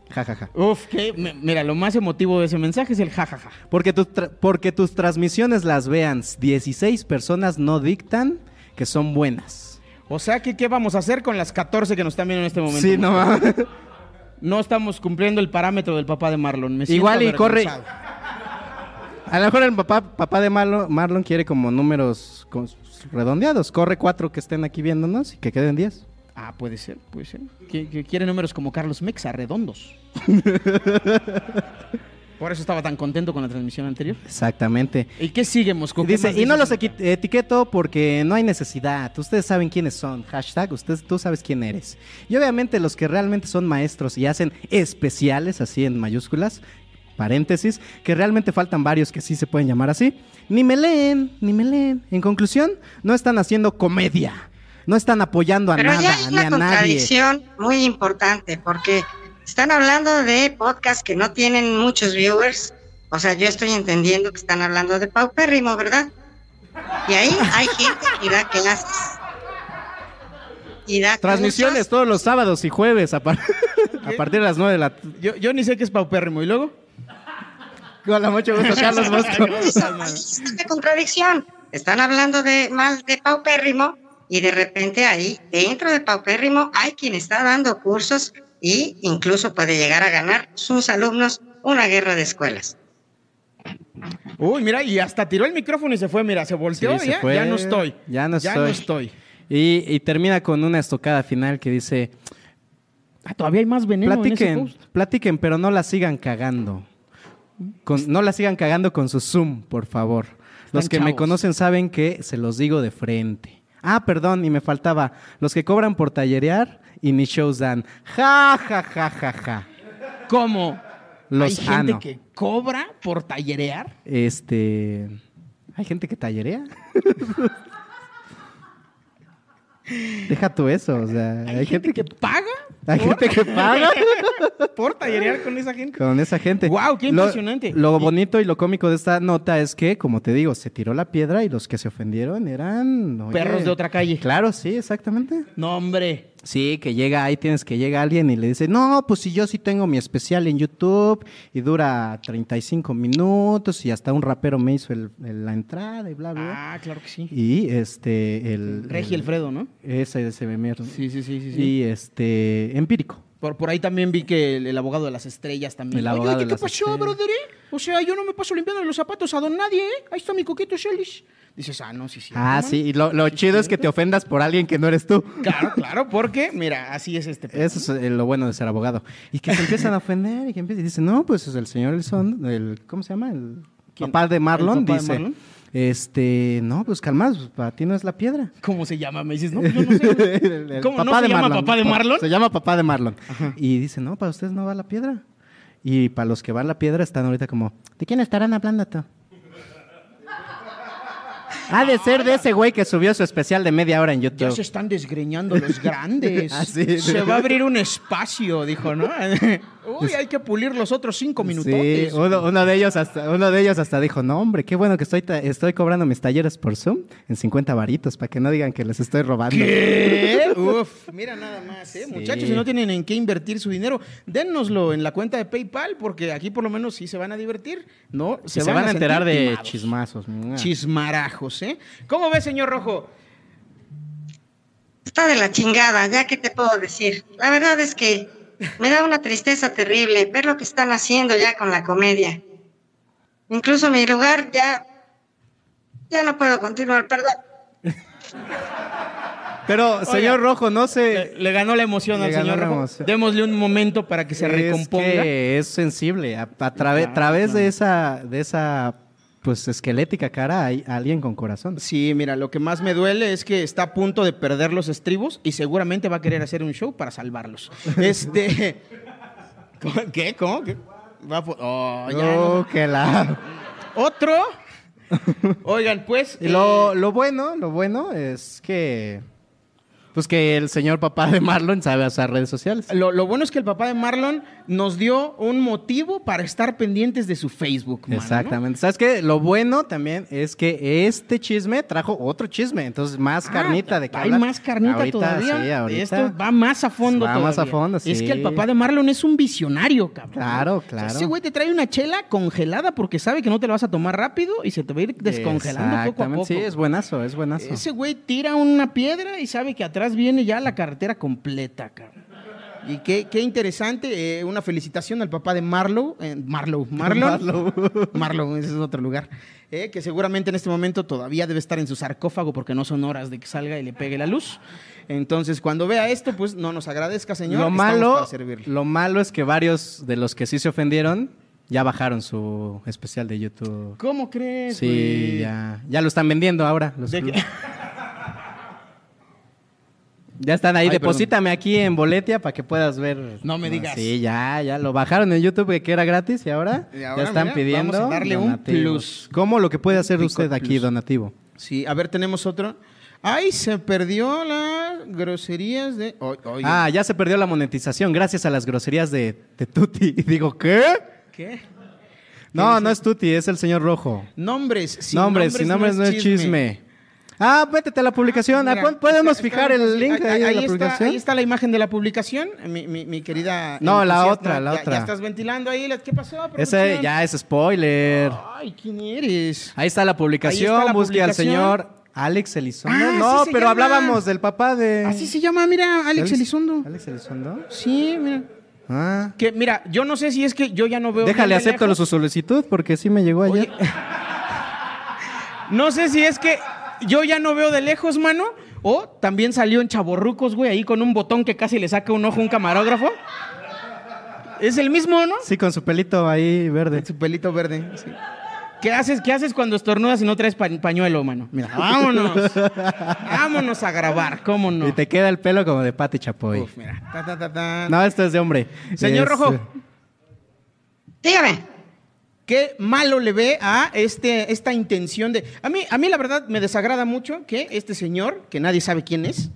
ja ja ja.
Uf, que. me- Mira, lo más emotivo de ese mensaje es el jajaja.
Porque, tus tra- porque tus transmisiones las vean 16 personas no dictan que son buenas.
O sea, que, ¿qué vamos a hacer con las 14 que nos están viendo en este momento?
Sí, no mames.
No estamos cumpliendo el parámetro del papá de Marlon. Me siento
Igual y corre.
avergonzado.
A lo mejor el papá, papá de Marlon, Marlon quiere como números con- redondeados. Corre cuatro que estén aquí viéndonos y que queden 10.
Ah, puede ser, puede ser. Que, que quiere números como Carlos Mexa,
[laughs]
redondos. Por eso estaba tan contento con la transmisión anterior.
Exactamente.
¿Y qué sigue, Moscú?
Y
¿Qué
dice,
más
y no los
esa
equi-
nota?
etiqueto porque no hay necesidad. Ustedes saben quiénes son. Hashtag, ustedes, tú sabes quién eres. Y obviamente los que realmente son maestros y hacen especiales, así en mayúsculas, paréntesis, que realmente faltan varios que sí se pueden llamar así, ni me leen, ni me leen. En conclusión, no están haciendo comedia. No están apoyando a
Pero ya
nada,
hay
ni
una
a nadie.
contradicción muy importante porque están hablando de podcasts que no tienen muchos viewers. O sea, yo estoy entendiendo que están hablando de Paupérrimo, ¿verdad? Y ahí hay gente que da clases. entidad.
Transmisiones todos los sábados y jueves a,
[laughs]
par- a partir de las 9 de la t-
Yo, yo ni sé qué es paupérrimo. ¿Y luego?
Hola, mucho gusto, Carlos Bosco.
[laughs] Una contradicción. Están hablando de mal de paupérrimo y de repente ahí, dentro de paupérrimo, hay quien está dando cursos y incluso puede llegar a ganar sus alumnos una guerra de escuelas.
Uy, mira, y hasta tiró el micrófono y se fue. Mira, se volteó
Sí,
y
se
ya,
fue.
ya no estoy.
Ya no
Ya no
estoy.
estoy.
Y, y termina con una estocada final que dice,
Ah, todavía hay más veneno en
platiquen,
ese post.
platiquen, pero no la sigan cagando. Con- no la sigan cagando con su Zoom, por favor. Los
Están
que me
chavos.
conocen saben que se los digo de frente. Ah, perdón, y me faltaba. Los que cobran por tallerear y ni shows dan. Ja, ja, ja, ja, ja.
¿Cómo?
Los
hay gente
ano.
que cobra por tallerear.
Este. Hay gente
[laughs]
que tallerea. Deja tú eso, o sea, hay, gente, que,
paga
hay gente que paga
por tallerear con esa gente.
con esa gente.
Guau, qué
Lo-
impresionante.
Lo, bonito y lo cómico de esta nota es que, como te digo, se tiró la piedra y los que se ofendieron eran oye,
Perros de otra calle.
Claro, sí, exactamente.
No, hombre.
Sí, que llega ahí, tienes que llega alguien y le dice, no, pues si yo sí tengo mi especial en YouTube y dura 35 minutos y hasta un rapero me hizo el- el- la entrada y bla, bla. bla".
Ah, claro que sí.
Y este, el.
Regi Alfredo, ¿no?
Ese de ese mierda.
Sí, sí, sí, sí, sí.
Y este, empírico.
Por, por ahí también vi que el, el abogado de las estrellas también.
El
Oye,
abogado
oye,
de
¿qué
las
pasó,
estrellas.
brother? eh? O sea, yo no me paso limpiando los zapatos a don nadie, ¿eh? Ahí está mi coquito Celis. Dices, ah, no, sí, sí.
Ah, sí, y lo, lo chido es que te ofendas por alguien que no eres tú.
Claro, claro, porque, mira, así es este. pe-
Eso es eh, lo bueno de ser abogado. Y que se empiezan [laughs] a ofender y que empiezan, y dicen, no, pues es el señor Elson, el, ¿cómo se llama? El
¿Quién?
papá de
¿El
Marlon,
papá de
dice,
Marlon?
este, no, pues calmas, pues, para ti no es la piedra.
¿Cómo se llama? Me dices, no, yo no sé.
[laughs] El- el
¿Cómo no se llama papá de
Pa-
Marlon?
Se llama papá de Marlon. Y dice, no, para ustedes no va la piedra. Y para los que van la piedra están ahorita como, ¿de quién estarán hablando tú? [laughs] Ha de ser de ese güey que subió su especial de media hora en
Ya se
YouTube.
están desgreñando [laughs] los grandes.
Así es.
Se va a abrir un espacio, dijo, [laughs] ¿no? Uy, hay que pulir los otros cinco minutos.
Sí, uno, uno de ellos hasta, uno de ellos hasta dijo, no hombre, qué bueno que estoy, ta- estoy cobrando mis talleres por Zoom en 50 varitos, para que no digan que les estoy robando.
¿Qué? ¿Eh? Uf, [laughs] mira nada más, ¿eh?
Sí.
Muchachos, si no tienen en qué invertir su dinero, dénnoslo en la cuenta de PayPal, porque aquí por lo menos sí se van a divertir, ¿no?
Se, van, a enterar
sentir
de
timados.
chismazos. Mua.
Chismarajos, ¿eh? ¿Cómo ves, señor Rojo?
Está de la chingada, ya que te puedo decir. La verdad es que me da una tristeza terrible ver lo que están haciendo ya con la comedia. Incluso mi lugar ya... Ya no puedo continuar, perdón.
Pero, señor Rojo, no
Le,
se...
Eh, le ganó la emoción
Le
al
ganó
señor
la
Rojo.
emoción.
Démosle un momento para que se
Es,
recomponga.
que es sensible. A, a trave-
Claro,
través
claro.
de esa, de esa pues esquelética cara hay alguien con corazón.
Sí, mira, lo que más me duele es que está a punto de perder los estribos y seguramente va a querer hacer un show para
[laughs]
salvarlos. Este. [laughs] ¿Cómo- ¿Qué? ¿Cómo? ¿Qué? Va por- oh, ya no-
Oh, que la- [laughs]
Otro. Oigan, pues.
Y lo,
eh,
lo bueno, lo bueno es que pues que el señor papá de Marlon sabe usar redes sociales.
lo, lo bueno es que el papá de Marlon nos dio un motivo para estar pendientes de su Facebook. mano, ¿no?
Exactamente. ¿Sabes qué? Lo bueno también es que este chisme trajo otro chisme, entonces más
Ah,
carnita de que
Hay
hablar.
más carnita
Ahorita,
todavía.
sí, ahorita.
Esto va más a fondo
Va más a
todavía.
fondo,
Es
sí.
que el papá de Marlon es un visionario, cabrón.
Claro,
O sea,
claro.
ese güey te trae una chela congelada porque sabe que no te la vas a tomar rápido y se te va a ir descongelando poco a
Exactamente.
poco.
Sí, es buenazo, es buenazo.
Ese güey tira una piedra y sabe que atrás viene ya la carretera completa, cabrón. Y qué, qué interesante, eh, una felicitación al papá de Marlow, eh,
[laughs]
Marlow, Marlon, [laughs] Marlow, ese es otro lugar, eh, que seguramente en este momento todavía debe estar en su sarcófago porque no son horas de que salga y le pegue la luz. Entonces, cuando vea esto, pues no nos agradezca, señor.
lo
estamos
malo,
para servirle.
lo malo es que varios de los que sí se ofendieron ya bajaron su especial de YouTube.
¿Cómo crees,
Sí,
güey?
ya, ya lo están vendiendo ahora. los
De que-
clubes. Ya están ahí,
Ay,
deposítame aquí en Boletia para que puedas ver.
No me
Ah,
digas.
Sí, ya, ya lo bajaron en YouTube que era gratis y ahora,
Y ahora,
ya están
mira,
pidiendo.
vamos a darle un plus.
¿Cómo lo que puede hacer
Pico
usted aquí,
plus.
donativo?
Sí, a ver, tenemos otro. [laughs] Ay, se perdió las groserías de... O- oye,
Ah, ya se perdió la monetización gracias a las groserías de, de Tuti. [laughs] Y digo, ¿qué?
¿Qué?
No, no es Tuti, es el señor Rojo.
Nombres, sin
nombres, sin nombres no es chisme. Ah, métete a la publicación. Ah,
Mira,
¿pod- ¿Podemos
está-
fijar
está-
el link ahí, de la
está,
publicación?
ahí está la imagen de la publicación, mi, mi- mi querida.
No, la
entusiasta.
otra, la
Ya-
otra.
Ya estás ventilando ahí. ¿Qué pasó?
Ese
producción?
ya es spoiler.
Ay, ¿quién eres?
Ahí está la publicación.
Ahí está la
Busque
publicación.
al señor Alex Elizondo.
Ah,
no,
así se
pero
llama.
hablábamos del papá de.
Así se llama, mira, Alex Elizondo.
¿Alex Elizondo?
Sí, mira.
Ah.
Que mira, yo no sé si es que yo ya no veo. bien
Déjale,
de
acepto
lejos.
su solicitud porque sí me llegó ayer.
No sé si es que yo ya no veo de lejos, mano. O también salió en Chaborrucos, güey, ahí con un botón que casi le saca un ojo a un camarógrafo. Es el mismo, ¿no?
Sí, con su pelito ahí verde.
Su pelito verde. sí. ¿Qué haces? ¿Qué haces cuando estornudas y no traes pa- pañuelo, mano?
[laughs]
Mira, vámonos. vámonos a grabar, cómo no.
Y te queda el pelo como de Pati Chapoy.
Uf, mira. Ta, ta, ta, ta.
No, esto es de hombre.
Señor
Es- eh,
Rojo.
Dígame.
¿Qué malo le ve a este, esta intención de... A mí, a mí la verdad me desagrada mucho que este señor, que nadie sabe quién es,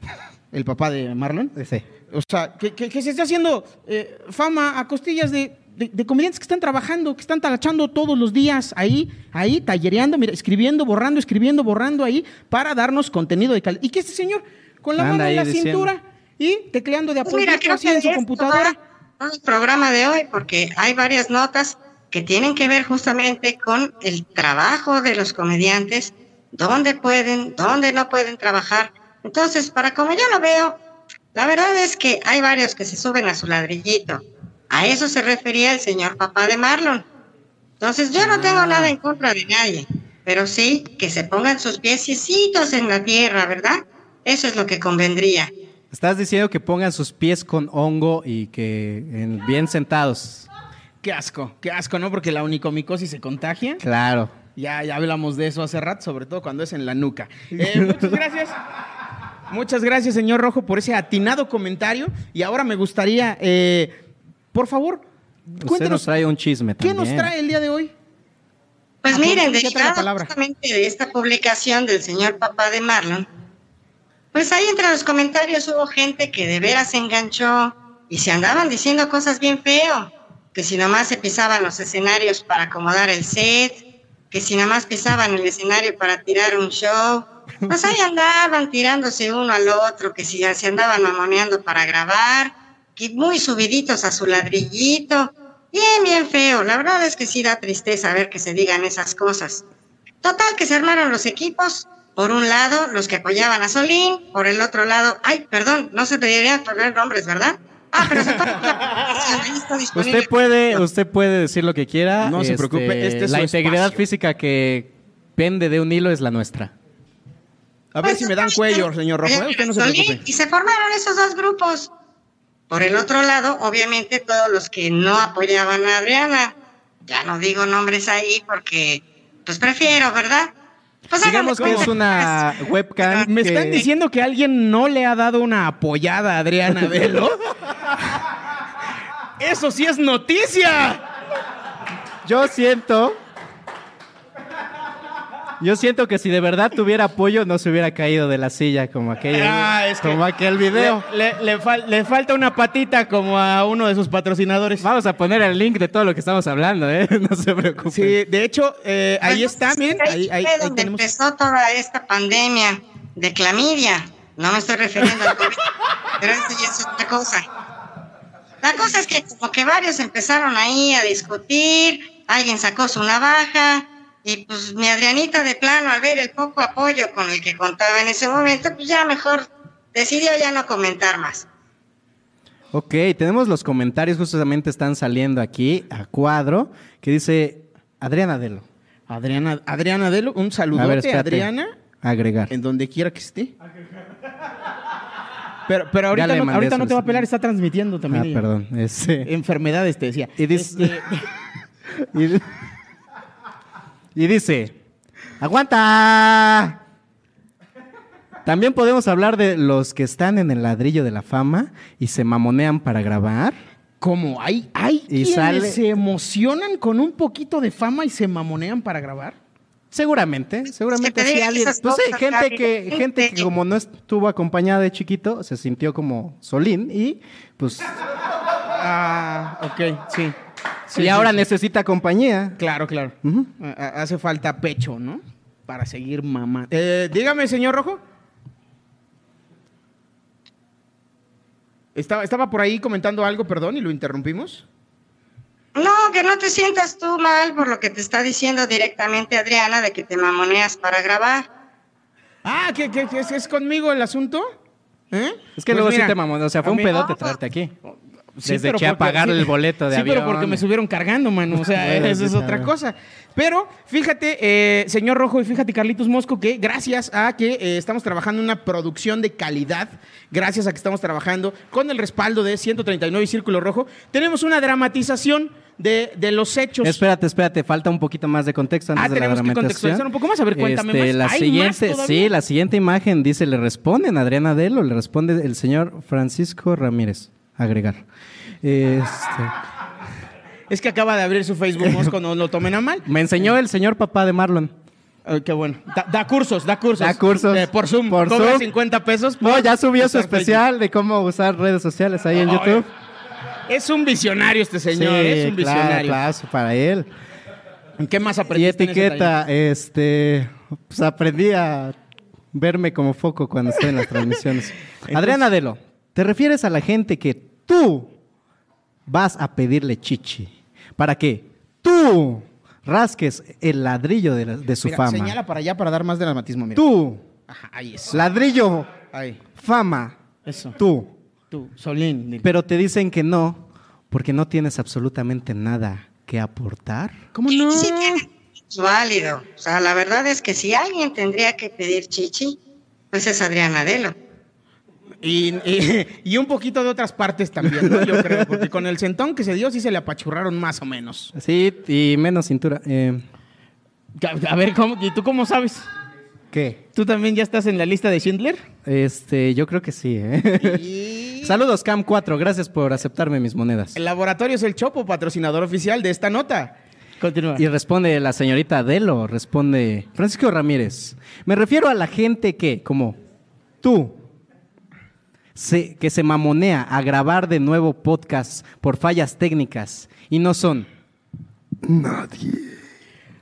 [laughs] el papá de Marlon,
Sí.
o sea, que, que- que se está haciendo eh, fama a costillas de, de- de comediantes que están trabajando, que están talachando todos los días ahí, ahí, tallereando, mira, escribiendo, borrando, escribiendo, borrando ahí, para darnos contenido de calidad. Y que este señor, con la
Anda
mano en
ahí
la
diciendo.
cintura y tecleando de
Pues
apoyo
mira, creo
así
que
en su
de esto
computadora.
va el programa de hoy, porque hay varias notas que tienen que ver justamente con el trabajo de los comediantes, dónde pueden, dónde no pueden trabajar. Entonces, para como yo lo veo, la verdad es que hay varios que se suben a su ladrillito. A eso se refería el señor papá de Marlon. Entonces, yo no tengo nada
Ah.
en contra de nadie, pero sí que se pongan sus piecitos en la tierra, ¿verdad? Eso es lo que convendría.
Estás diciendo que pongan sus pies con hongo y que en- bien sentados.
Qué asco, qué asco, ¿no? Porque la onicomicosis se contagia.
Claro.
Ya, ya hablamos de eso hace rato, sobre todo cuando es en la nuca. Eh, muchas gracias. Muchas gracias, señor Rojo, por ese atinado comentario. Y ahora me gustaría, eh, por favor,
Usted nos
cuéntenos,
trae un chisme
¿qué
también.
nos trae el día de hoy?
Pues
Ah,
miren,
pues, fíjate la
derivado
palabra.
justamente de esta publicación del señor papá de Marlon, pues ahí entre los comentarios hubo gente que de veras se enganchó y se andaban diciendo cosas bien feo, que si nomás se pisaban los escenarios para acomodar el set, que si nomás pisaban el escenario para tirar un show, pues ahí andaban tirándose uno al otro, que si ya se andaban mamoneando para grabar, que muy subiditos a su ladrillito, bien, bien feo, la verdad es que sí da tristeza ver que se digan esas cosas. Total que se armaron los equipos. Por un lado, los que apoyaban a Solín. Por el otro lado, ay, perdón, no se deberían poner nombres, ¿verdad? Ah, pero se
[laughs]
pone la- ahí está disponible.
Usted puede, usted puede decir lo que quiera.
No se preocupe, este es
la
su
integridad
espacio.
física que pende de un hilo es la nuestra.
A ver
Pues,
si me dan cuello, señor Rojo. ¿eh? Usted no se
Solín,
preocupe.
Y se formaron esos dos grupos. Por el otro lado, obviamente, todos los que no apoyaban a Adriana. Ya no digo nombres ahí porque, pues prefiero, ¿verdad? Pues
Digamos que
háganle
es
como-
[laughs]
una webcam.
Me
que-
están diciendo que alguien no le ha dado una apoyada a Adriana [laughs] Velo. ¡Eso sí es noticia!
Yo siento. Yo siento que si de verdad tuviera apoyo no se hubiera caído de la silla como aquella,
Ah, es que-
como aquel video.
Le, le- le fal- le falta una patita como a uno de sus patrocinadores.
Vamos a poner el link de todo lo que estamos hablando, ¿eh? [laughs] No se preocupen.
Sí, de hecho, eh,
Pues,
ahí está, miren, ahí, ahí-
fue
ahí
donde
tenemos.
empezó toda esta pandemia de clamidia. No me estoy refiriendo al COVID, pero eso ya es otra cosa. La cosa es que como que varios empezaron ahí a discutir, alguien sacó su navaja y pues mi Adrianita de plano al ver el poco apoyo con el que contaba en ese momento, pues ya mejor decidió ya no comentar más.
Ok, tenemos los comentarios, justamente están saliendo aquí a cuadro, que dice Adrián Adelo.
Adriana, Adriana Delo, un
a
saludote a
espérate.
Adriana,
Agregar.
en donde quiera que esté. Pero, pero ahorita,
Ya le
no,
mandé
ahorita no te va a
solicitud.
pelar, está transmitiendo también.
ah,
ella.
perdón.
Eh.
Este,
Enfermedades, te decía. Este,
y dice... [laughs]
[laughs]
y, di- y dice... ¡Aguanta! También podemos hablar de los que están en el ladrillo de la fama y se mamonean para grabar.
¿Cómo? ¿Hay, hay
Y
quienes
sale-
se emocionan con un poquito de fama y se mamonean para grabar?
Seguramente, seguramente
te
sí
digan
alguien.
esas
Pues sí,
cosas,
gente
Gaby.
que, gente que como no estuvo acompañada de chiquito, se sintió como Solín y pues
Ah, ok, sí. Sí,
y
sí,
ahora
sí. Mm.
necesita compañía.
este, Claro, claro.
Ujú.
A- a- Hace falta pecho, ¿no? para seguir mamá. Eh, dígame, señor Rojo. Estaba, estaba por ahí comentando algo, perdón, y lo interrumpimos.
No, que no te sientas tú mal por lo que te está diciendo directamente Adriana de que te mamoneas para grabar.
Ah, ¿que, que- que es, es conmigo el asunto? ¿Eh?
Es que
Pues
luego
mira,
sí te mamó. O sea, fue
a
un
mí-
pedote traerte aquí.
Sí,
Desde
pero porque-
que apagar
sí,
el boleto de
sí,
avión.
pero porque me subieron cargando, mano. O sea,
Bueno,
eso es
sí,
otra
claro.
cosa. Pero fíjate, eh, señor Rojo, y fíjate, Carlitos Mosco, que gracias a que eh, estamos trabajando en una producción de calidad, gracias a que estamos trabajando con el respaldo de 139 y Círculo Rojo, tenemos una dramatización de, de los hechos.
Espérate, espérate, falta un poquito más de contexto antes
Ah,
de la
tenemos que
dramatización.
contextualizar un poco más. A ver, cuéntame más.
La
¿Hay
siguiente,
más todavía?
sí, la siguiente imagen dice, le responden a Adriana Delo, le responde el señor Francisco Ramírez. Agregar. Este,
Es que acaba de abrir su Facebook Mosco, no lo tomen a mal.
me enseñó el señor papá de Marlon.
Ay, qué bueno. Da, da cursos, da cursos.
Da cursos.
Eh, por Zoom.
Por
Cobra
Zoom.
50 pesos.
No,
por
Oh, ya subió su
usar Facebook.
especial de cómo usar redes sociales ahí en
Ay,
YouTube.
Es un visionario este señor,
Sí,
es un
claro,
visionario.
claro, para él.
¿Qué más
Y
aprendiste? en ese
etiqueta, este, pues aprendí a verme como foco cuando estoy en las [laughs] transmisiones. Adriana Delo, ¿te refieres a la gente que tú vas a pedirle chichi para que tú rasques el ladrillo de, la- de su
Mira,
fama?
Señala para allá para dar más dramatismo. Mira.
Tú,
Ajá, ahí es.
ladrillo,
Ahí.
fama,
Eso.
tú.
Tú, Solín.
Pero te dicen que no porque no tienes absolutamente nada que aportar.
¿Cómo no?
Sí, es válido. O sea, la verdad es que si alguien tendría que pedir chichi, pues es Adriana Delo.
Y, y- y un poquito de otras partes también, ¿no? yo creo. Porque con el sentón que se dio sí se le apachurraron más o menos.
Sí, y menos cintura. Eh,
A, a ver, ¿cómo, ¿y tú cómo sabes?
¿Qué?
¿Tú también ya estás en la lista de Schindler?
Este, yo creo que sí, ¿eh? [laughs] Saludos, Cam4. Gracias por aceptarme mis monedas.
El laboratorio es el Chopo, patrocinador oficial de esta nota. Continúa.
Y responde la señorita Delo, responde Francisco Ramírez. Me refiero a la gente que, como tú, se- que se mamonea a grabar de nuevo podcast por fallas técnicas y no son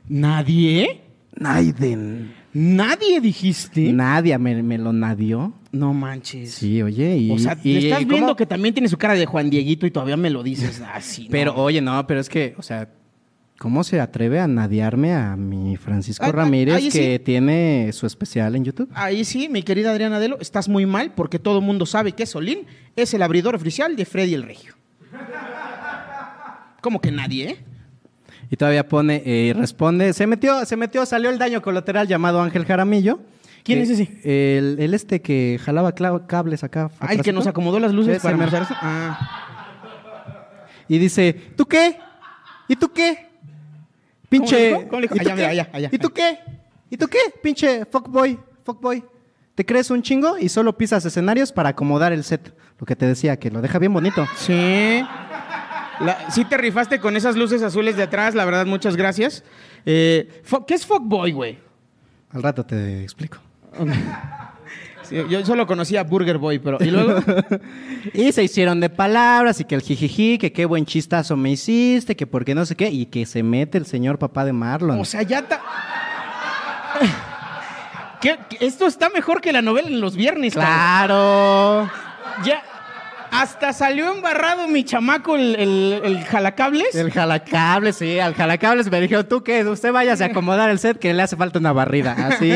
¿Nadie?
Naiden.
¿Nadie dijiste?
Nadie me, me lo nadió.
no manches.
Sí, oye. Y,
O sea,
y-
estás
¿cómo?
viendo que también tiene su cara de Juan Dieguito y todavía me lo dices
[laughs]
"Ah, así.
Pero, oye, no, pero es que, o sea, ¿cómo se atreve a nadiarme a mi Francisco
Ay, ay,
Ramírez
ahí sí.
que tiene su especial en YouTube?
Ahí sí, mi querida Adriana Delo, estás muy mal porque todo el mundo sabe que Solín es el abridor oficial de Freddy el Regio. Como que nadie, ¿eh?
Y todavía pone eh, y responde, se metió, se metió, salió el daño colateral llamado Ángel Jaramillo.
¿Quién
que-
es ese?
El, el este que jalaba cla- cables acá.
Ah, el que
atrásito.
nos acomodó las luces
Ese
para
mero.
empezar. Ah,
Y dice, ¿tú qué? ¿Y tú qué? Pinche.
¿Cómo le dijo? ¿Cómo le dijo? Ah,
¿Y tú
Allá, mira,
qué?
allá, allá.
¿Y tú qué? ¿Y tú qué? Pinche fuckboy, fuckboy. Te crees un chingo y solo pisas escenarios para acomodar el set. Lo que te decía, que lo deja bien bonito.
sí. La- sí te rifaste con esas luces azules de atrás, la verdad, muchas gracias. Eh, fo- ¿Qué es Fogboy, güey?
Al rato te explico.
Sí, yo solo conocía Burger Boy, pero... ¿Y luego?
[laughs] Y se hicieron de palabras y que el jijiji, que qué buen chistazo me hiciste, que por qué no sé qué, y que se mete el señor papá de Marlon.
O sea, ya ta- ¿Qué- qué- Esto está mejor que la novela en los viernes. cabrón.
claro.
Ya. Hasta salió embarrado mi chamaco el, el- el jalacables.
El jalacables, sí, al jalacables me dijeron, tú que usted váyase a acomodar el set que le hace falta una barrida, así.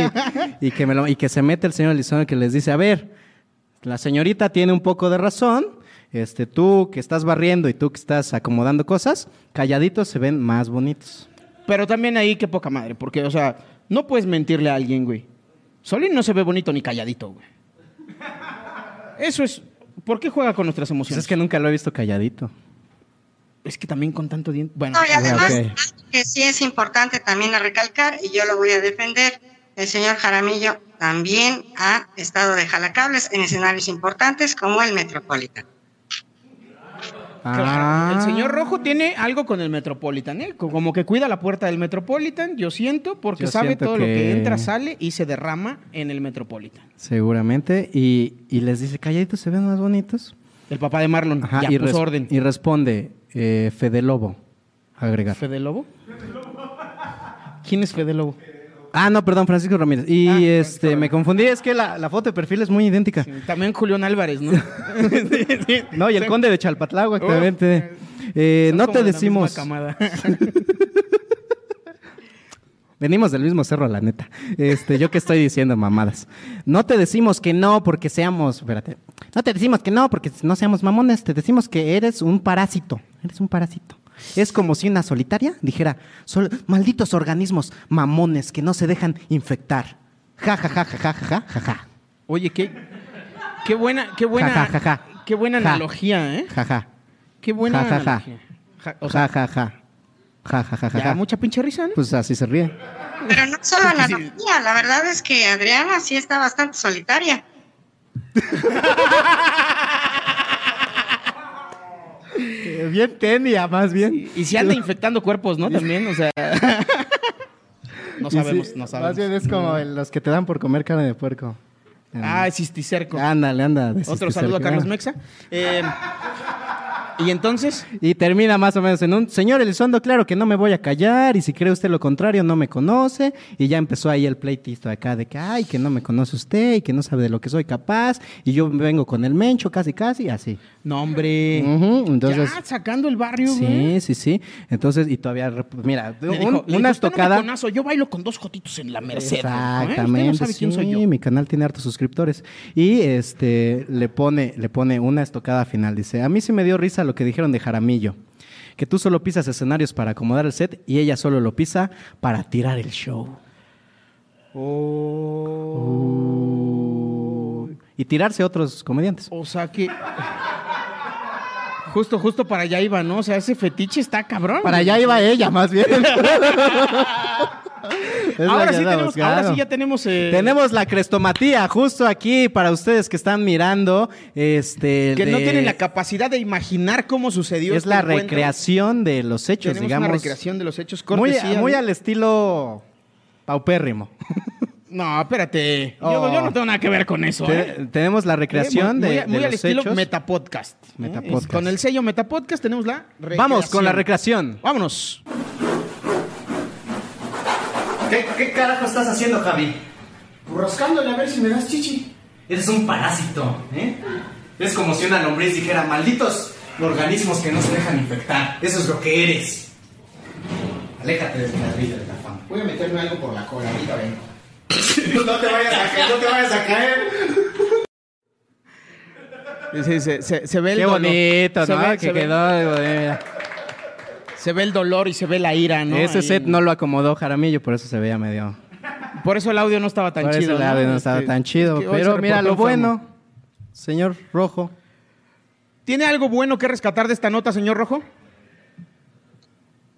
y, que me lo- y que se mete el señor Elizondo que les dice, a ver, la señorita tiene un poco de razón, este, tú que estás barriendo y tú que estás acomodando cosas, calladitos se ven más bonitos.
Pero también ahí, qué poca madre. Porque, o sea, no puedes mentirle a alguien, güey. Solín no se ve bonito ni calladito, güey. Eso es. ¿Por qué juega con nuestras
Pues
emociones?
es que nunca lo he visto calladito.
Es que también con tanto diente. Bueno,
No, y además,
ok.
algo que sí es importante también a recalcar, y yo lo voy a defender, el señor Jaramillo también ha estado de jalacables en escenarios importantes como el Metropolitan.
Claro, El
Ah.
señor Rojo tiene algo con el Metropolitan, ¿eh? Co- Como que cuida la puerta del Metropolitan, yo siento, porque
Yo
sabe
siento
todo lo que
que-
entra, sale y se derrama en el Metropolitan.
Seguramente. Y, y les dice, calladitos se ven más bonitos.
El papá de Marlon
Ajá,
ya
y,
puso
res-
orden.
y responde, eh, Fede Lobo. Agregar.
¿Fede Lobo? ¿Quién es Fede Lobo?
Ah, no, perdón, Francisco Ramírez. Y
Ah, Francisco
este, me
Ramírez.
confundí, es que la, la foto de perfil es muy idéntica.
Sí, También Julián Álvarez, ¿no? Sí, sí.
[laughs] No, y el
Sí.
conde de Chalpatláhuac
Oh,
también tiene. Eh,
Son
no
como de
te
la
decimos.
misma camada. [laughs]
Venimos del mismo cerro, la neta. Este, yo que estoy diciendo mamadas. No te decimos que no porque seamos, espérate. No te decimos que no porque no seamos mamones, te decimos que eres un parásito, eres un parásito. Es como si una solitaria dijera, "Sol- malditos organismos mamones que no se dejan infectar. Ja ja ja ja ja ja ja ja.
Oye, qué, qué buena, qué buena,
Ja, ja, ja, ja.
qué buena
Ja.
analogía, ¿eh?
Ja ja.
Qué buena
Ja, ja, ja.
analogía. Ja, o sea,
Ja ja ja. Ja ja ja ja.
ya
ja.
mucha pinche risa, ¿no?
Pues así se ríe.
Pero no solo analogía, la verdad es que Adriana sí está bastante solitaria.
Eh, bien tenia, más bien.
y si anda infectando cuerpos, ¿no? También, o sea. [laughs] no sabemos, no
Más
sabemos.
bien es como los que te dan por comer carne de puerco.
Ah, es cisticerco.
Ándale, anda.
Otro saludo a Carlos Mexa. Eh, y entonces,
Y termina más o menos en un señor Elizondo, claro que no me voy a callar, y si cree usted lo contrario, no me conoce. Y ya empezó ahí el pleitito acá de que, ay, que no me conoce usted y que no sabe de lo que soy capaz, y yo vengo con el mencho casi, casi, así.
no, hombre.
Ujú, Mm, entonces-
ya, sacando el barrio, güey.
Sí, sí, sí. Entonces, y todavía, rep- mira,
Le
un-
dijo- le dijo,
una
"Usted no me
estocada.
conazo, yo bailo con dos jotitos en la Merced. ¿no? ¿Eh? Usted
Exactamente.
no sabe quién soy
sí,
yo.
Mi canal tiene hartos suscriptores. Y este le pone, le pone una estocada final. Dice: A mí sí me dio risa lo que dijeron de Jaramillo. Que tú solo pisas escenarios para acomodar el set y ella solo lo pisa para tirar el show.
Oh,
Y tirarse a otros comediantes.
O sea que. Justo, justo para allá iba, ¿no? O sea, ese fetiche está cabrón.
Para allá iba ella, más bien. [laughs] Es la
Ahora
que
sí,
anda
tenemos, ahora
buscando.
sí ya tenemos. eh,
Tenemos la crestomatía justo aquí para ustedes que están mirando. Este,
Que no
de-
tienen la capacidad de imaginar cómo sucedió.
Es
este
la
encuentro.
recreación de los hechos,
Tenemos
digamos.
una recreación de los hechos
muy,
cortesía
muy
de-
al estilo paupérrimo.
No, espérate. Yo-
Oh.
Yo, no tengo nada que ver con eso. ¿eh?
Te- tenemos la recreación
muy, muy-
de, de
muy al
los
estilo
hechos.
Metapodcast. ¿eh?
Metapodcast.
Es- Con el sello Metapodcast tenemos la recreación.
Vamos con la recreación.
Vámonos.
¿Qué, qué carajo estás haciendo, Javi?
Rascándole a ver si me das chichi.
Eres un parásito, ¿eh? Es como si una lombriz dijera, malditos organismos que no se dejan infectar. Eso es lo que eres. Aléjate del ladrillo de la fama.
Voy a meterme algo por la cola, ahorita vengo.
[laughs] No te vayas a caer, no te vayas a caer.
Sí, se, se- se ve el
Qué
dolor.
bonito,
Se
¿no?
ve-
que
se ve-
quedó. eh,
Se ve el dolor y se ve la ira, ¿no?
Ese
Ahí
set
en-
no lo acomodó Jaramillo, por eso se veía medio.
Por eso el audio no estaba tan
por
chido.
eso la- no estaba
Este,
tan chido.
que hoy
Pero
se
mira,
reportó
lo
enfermo.
bueno, señor Rojo.
¿Tiene algo bueno que rescatar de esta nota, señor Rojo?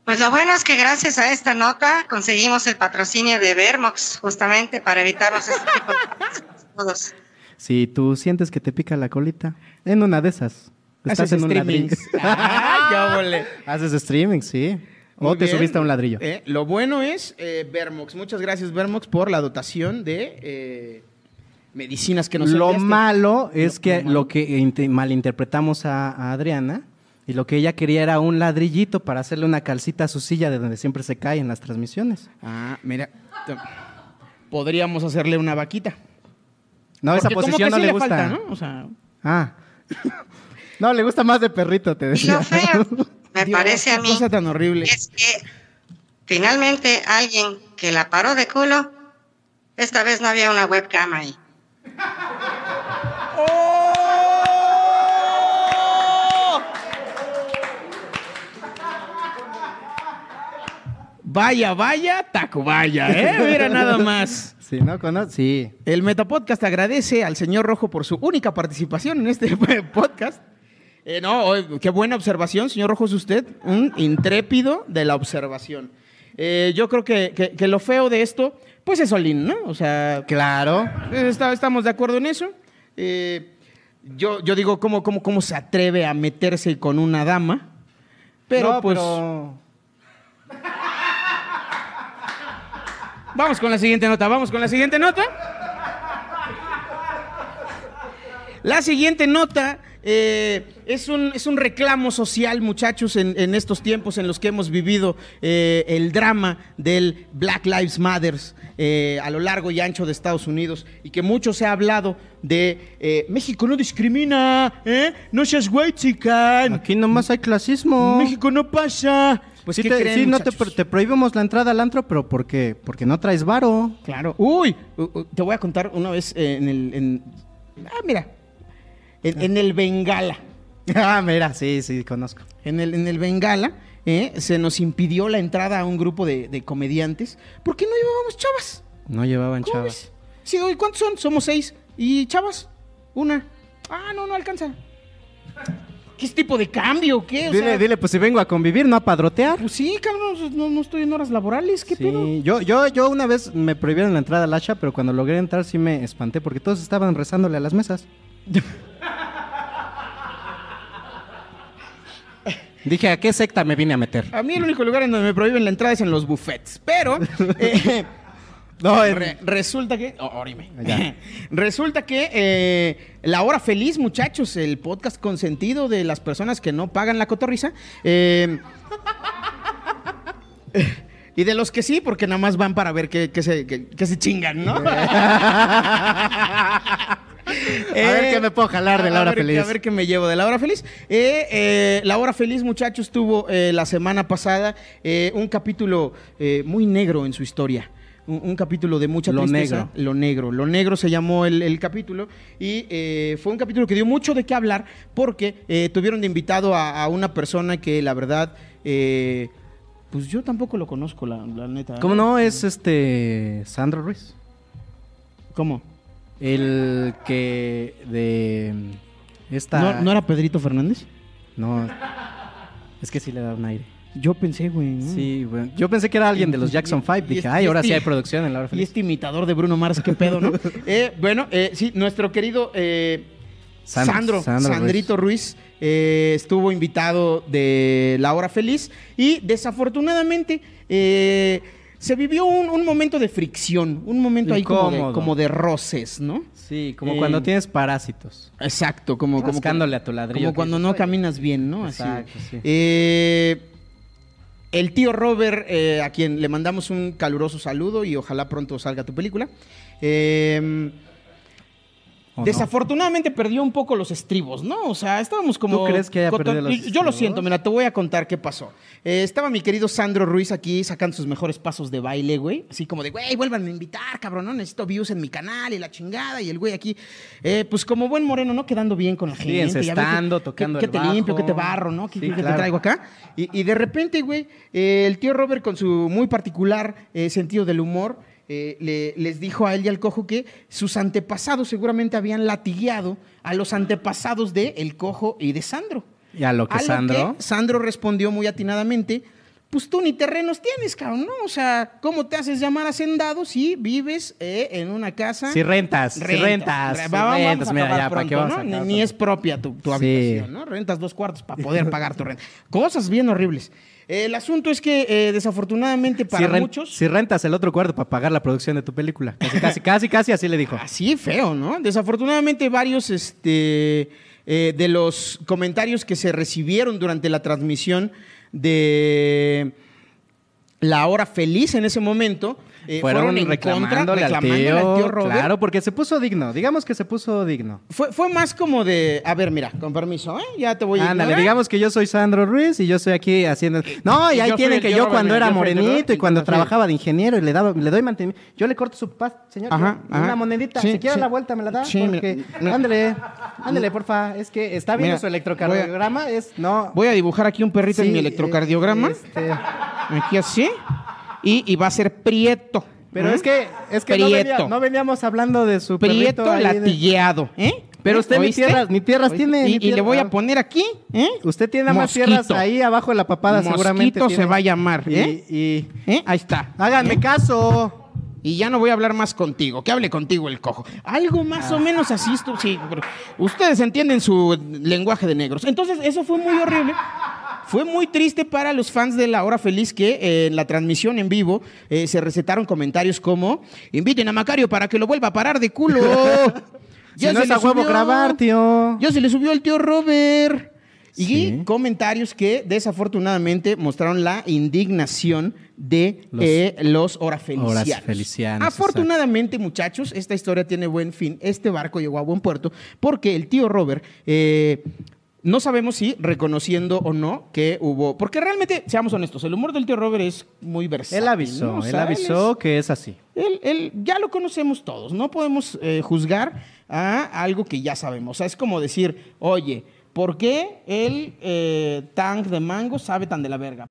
Pues lo bueno es que gracias a esta nota conseguimos el patrocinio de Vermox, justamente para evitarnos este tipo de casos todos.
Si tú sientes que te pica la colita, en una de esas. Estás
Haces
en un ladrillo. [laughs]
streamings. [laughs] Ah, qué óvole.
Haces streaming, sí. o
Muy
te
bien.
subiste a un ladrillo.
Eh, lo bueno es eh, Vermox. Muchas gracias, Vermox, por la dotación de eh, medicinas que nos
lo
enviaste.
malo es
Lo-
que
lo
lo,
malo.
que inte- malinterpretamos a, a Adriana y lo que ella quería era un ladrillito para hacerle una calcita a su silla de donde siempre se cae en las transmisiones.
Ah, mira. t- Podríamos hacerle una vaquita.
No, esa
Porque como
posición
que
no
sí
le gusta.
falta, ¿no? O sea,
Ah. [laughs] no, le gusta más de perrito, te
Y lo
decía.
feo, me
Dios,
parece a
qué
mí,
cosa tan horrible.
es que finalmente alguien que la paró de culo, esta vez no había una webcam ahí.
Vaya, vaya, Tacubaya, [laughs] ¿eh? Mira nada más.
Sí, ¿no? Cono- Sí.
El Metapodcast agradece al señor Rojo por su única participación en este [laughs] podcast. Eh, no, oh, qué buena observación, señor Rojo, es usted un intrépido de la observación. Eh, yo creo que, que- que lo feo de esto, pues es Solín, ¿no? O sea, eh,
Claro.
está- estamos de acuerdo en eso. Eh, yo, yo digo, ¿cómo, cómo, ¿cómo se atreve a meterse con una dama? Pero
No,
pues...
pero-
Vamos con la siguiente nota, vamos con la siguiente nota. La siguiente nota eh, es, un, es un reclamo social, muchachos, en, en estos tiempos en los que hemos vivido eh, el drama del Black Lives Matter eh, a lo largo y ancho de Estados Unidos y que mucho se ha hablado de eh, México no discrimina, ¿eh? no seas white chican,
Aquí nomás hay clasismo.
México no pasa. Pues
sí,
¿qué
te,
creen,
sí, no te,
muchachos?
pro- te prohibimos la entrada al antro, pero ¿por qué? Porque no
[laughs]
traes varo.
Claro. Uy, u- u- te voy a contar una vez eh, en el. en- ah, mira. En, en el Bengala.
Ah, mira, sí, sí, conozco.
En el, en el Bengala eh, se nos impidió la entrada a un grupo de, de comediantes porque no llevábamos chavas.
No llevaban
¿Cómo
chavas.
ves? Sí, oye, ¿cuántos son? Somos seis. ¿Y chavas? Una. Ah, no, no alcanza. ¿Qué es tipo de cambio? o ¿Qué? O
Dile,
sea,
dile, pues si vengo a convivir, no a padrotear.
Pues sí, cabrón, no, no estoy en horas laborales. ¿Qué pedo?
Sí, yo, yo, yo una vez me prohibieron la entrada al Asha, pero cuando logré entrar sí me espanté porque todos estaban rezándole a las mesas. Dije, ¿a qué secta me vine a meter?
A mí el único lugar en donde me prohíben la entrada es en los buffets.
[laughs]
Pero eh,
No, en-
re- resulta que... oh, órime.
Ya.
[laughs] resulta que eh, La Hora Feliz, muchachos, el podcast consentido de las personas que no pagan la cotorriza. eh, [laughs] y de los que sí, porque nada más van para ver qué, qué se, qué- qué se chingan,
[laughs]
¿no?
A ver qué me puedo jalar de
[laughs]
La
a
Hora
ver-
Feliz.
A ver qué me llevo de la hora feliz. Eh, eh, la hora feliz, muchachos, tuvo eh, la semana pasada eh, un capítulo eh, muy negro en su historia. Un, un capítulo de mucha
Lo
tristeza.
negro.
Lo negro. Lo negro se llamó el, el capítulo. Y eh, fue un capítulo que dio mucho de qué hablar porque eh, tuvieron de invitado a, a una persona que la verdad. eh, pues yo tampoco lo conozco, la, la neta.
¿Cómo no? Es este Sandro Ruiz.
¿Cómo?
El que de esta...
¿No, no era Pedrito Fernández?
No. Es que sí le da un aire.
Yo pensé, güey. ¿no?
Sí, bueno. Yo pensé que era alguien de los Jackson Five.
Mm. Y
Dije,
este-
ay, ahora sí
este-
hay producción en la hora
Y
feliz.
este imitador de Bruno Mars, qué pedo,
[laughs]
¿no? Eh, bueno, eh, sí, nuestro querido eh,
Sandro-
Sandro,
Sandro Ruiz.
Sandrito Ruiz, eh, estuvo invitado de La Hora Feliz y desafortunadamente eh, se vivió un, un momento de fricción, un momento ahí como de,
Incómodo.
como de roces, ¿no?
Sí, como
Eh,
cuando tienes parásitos.
Exacto, como, como,
Rascándole a tu ladrillo
como
que
cuando
dices,
no
"Oye".
caminas bien, ¿no? Así.
Exacto, sí.
Eh, el tío Robert, eh, a quien le mandamos un caluroso saludo y ojalá pronto salga tu película. eh,
¿o no?
Desafortunadamente perdió un poco los estribos, ¿no? O sea, estábamos como.
¿Tú crees que haya
cotor-
perdido los
Yo- Yo lo
estribos?
siento, mira, te voy a contar qué pasó. Eh, estaba mi querido Sandro Ruiz aquí sacando sus mejores pasos de baile, güey. Así como de, güey, vuélvanme a invitar, cabrón, ¿no? Necesito views en mi canal y la chingada. Y el güey aquí, eh, pues como buen moreno, ¿no? Quedando bien con la
Sí,
gente. ya ves
encestando,
que-
tocando
que,
el
que te limpio,
bajo.
que te barro, ¿no? Que,
Sí,
que te
claro.
traigo acá. Y, y de repente, güey, eh, el tío Robert con su muy particular eh, sentido del humor eh, le- les dijo a él y al cojo que sus antepasados seguramente habían latigueado a los antepasados de el cojo y de Sandro.
Y a lo que
A
Sandro.
Sandro respondió muy atinadamente. Pues tú ni terrenos tienes, cabrón, ¿no? O sea, ¿cómo te haces llamar hacendado si vives eh, en una casa?
Si rentas, si
rentas.
rentas,
Re-
si
va- vamos a
rentas, mira,
acabar
ya, ¿para qué
pronto,
vamos a
¿no?
acabar
Ni, ni es
pronto?
propia tu, tu
Sí.
habitación, ¿no? Rentas dos cuartos para
[laughs]
poder pagar tu renta. Cosas bien horribles. El asunto es que, eh, desafortunadamente, para
si, ren-
muchos...
si rentas el otro cuarto para pagar la producción de tu película. Casi,
[laughs]
casi, casi, casi así le dijo.
Así feo, ¿no? Desafortunadamente varios este, eh, de los comentarios que se recibieron durante la transmisión de La Hora Feliz en ese momento eh, fueron, en contra,
reclamándole al
reclamándole al tío Robert.
Claro, porque se puso digno. Digamos que se puso digno.
Fue, fue más como de, a ver, mira, con permiso, ¿eh? Ya te voy a
Ándale,
ignorar.
digamos que yo soy Sandro Ruiz y yo estoy aquí haciendo. No, y
Y
ahí
yo
tienen
fui el-
que
yo
yo
fui
cuando
el-
era
yo fui el
morenito
doctor,
y cuando
sí.
trabajaba de ingeniero y le daba, le doy mantenimiento. Yo le corto su paz, señor.
Ajá,
una
ajá.
monedita.
Sí,
si quiere
sí.
la vuelta me la da.
Sí,
porque...
mira, mira.
Ándale, ándale, porfa. Es que está viendo
Mira,
su electrocardiograma. Es no.
Voy a dibujar aquí un perrito
Sí,
en mi electrocardiograma.
este,
Aquí así. Y, y va a ser prieto.
Pero
¿eh?
es que, es que no, venía-
Prieto.
no veníamos hablando de su perrito
Prieto
ahí de-
latilleado, ¿eh?
Pero usted ni
¿Oíste?
tierras- ni tierras
¿Oíste?
tiene,
Y,
ni
y le
tierras.
voy a poner aquí, ¿eh?
Usted tiene nada más
Mosquito.
tierras ahí abajo de la papada,
Mosquito
seguramente.
se
tiene.
va a llamar,
Y-
¿eh?
y-
¿Eh? Ahí está.
Háganme caso.
Y ya no voy a hablar más contigo. Que hable contigo el cojo. Algo más o menos así. estu- Sí, pero ustedes entienden su lenguaje de negros. Entonces, eso fue muy horrible. Fue muy triste para los fans de La Hora Feliz que eh, en la transmisión en vivo eh,
[laughs]
se recetaron comentarios como: Inviten a Macario para que lo vuelva a parar de culo. Ya
si no
se
es
le
a huevo
subió.
grabar, tío.
Ya se le subió el tío Robert. Y
Sí.
comentarios que desafortunadamente mostraron la indignación de
Los-
eh, los, orafelicianos.
Orafelicianos,
Afortunadamente, muchachos, esta historia tiene buen fin. Este barco llegó a buen puerto porque el tío Robert. eh, no sabemos si reconociendo o no que hubo. Porque realmente, seamos honestos, el humor del tío Robert es muy versátil.
Él avisó,
¿no? O
él
sea, él es-
avisó que es así.
él, él- ya lo conocemos todos, no podemos eh, juzgar a algo que ya sabemos. O sea, es como decir, oye, ¿por qué el eh, tank de mango sabe tan de la verga?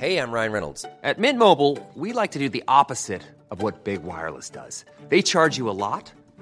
Hey, I'm Ryan Reynolds. At Mint Mobile, we like to do the opposite of what Big Wireless does. They charge you a lot,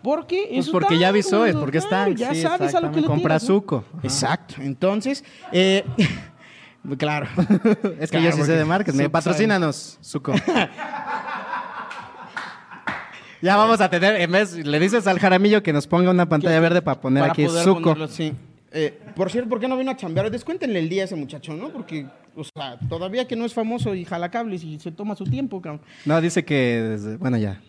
Porque
Pues
es un
porque ya
tank,
avisó,
güey,
es porque es
claro,
tank.
Ya
sí,
sabes a lo que
exactamente.
le
Compra
tiras, ¿no?
suco.
Exacto. Entonces, eh, [laughs] claro.
Es que yo sí sé de marketing. Patrocínanos, suco. Ya vamos a tener, en vez, le dices al jaramillo que nos ponga una pantalla verde para poner
Para
aquí
poder
suco.
ponerlo así. Eh, por cierto, ¿por qué no vino a chambear? Descuéntenle el día a ese muchacho, ¿no? Porque, o sea, todavía que no es famoso y jala cables y se toma su tiempo, cabrón.
No, dice que, desde- bueno, ya.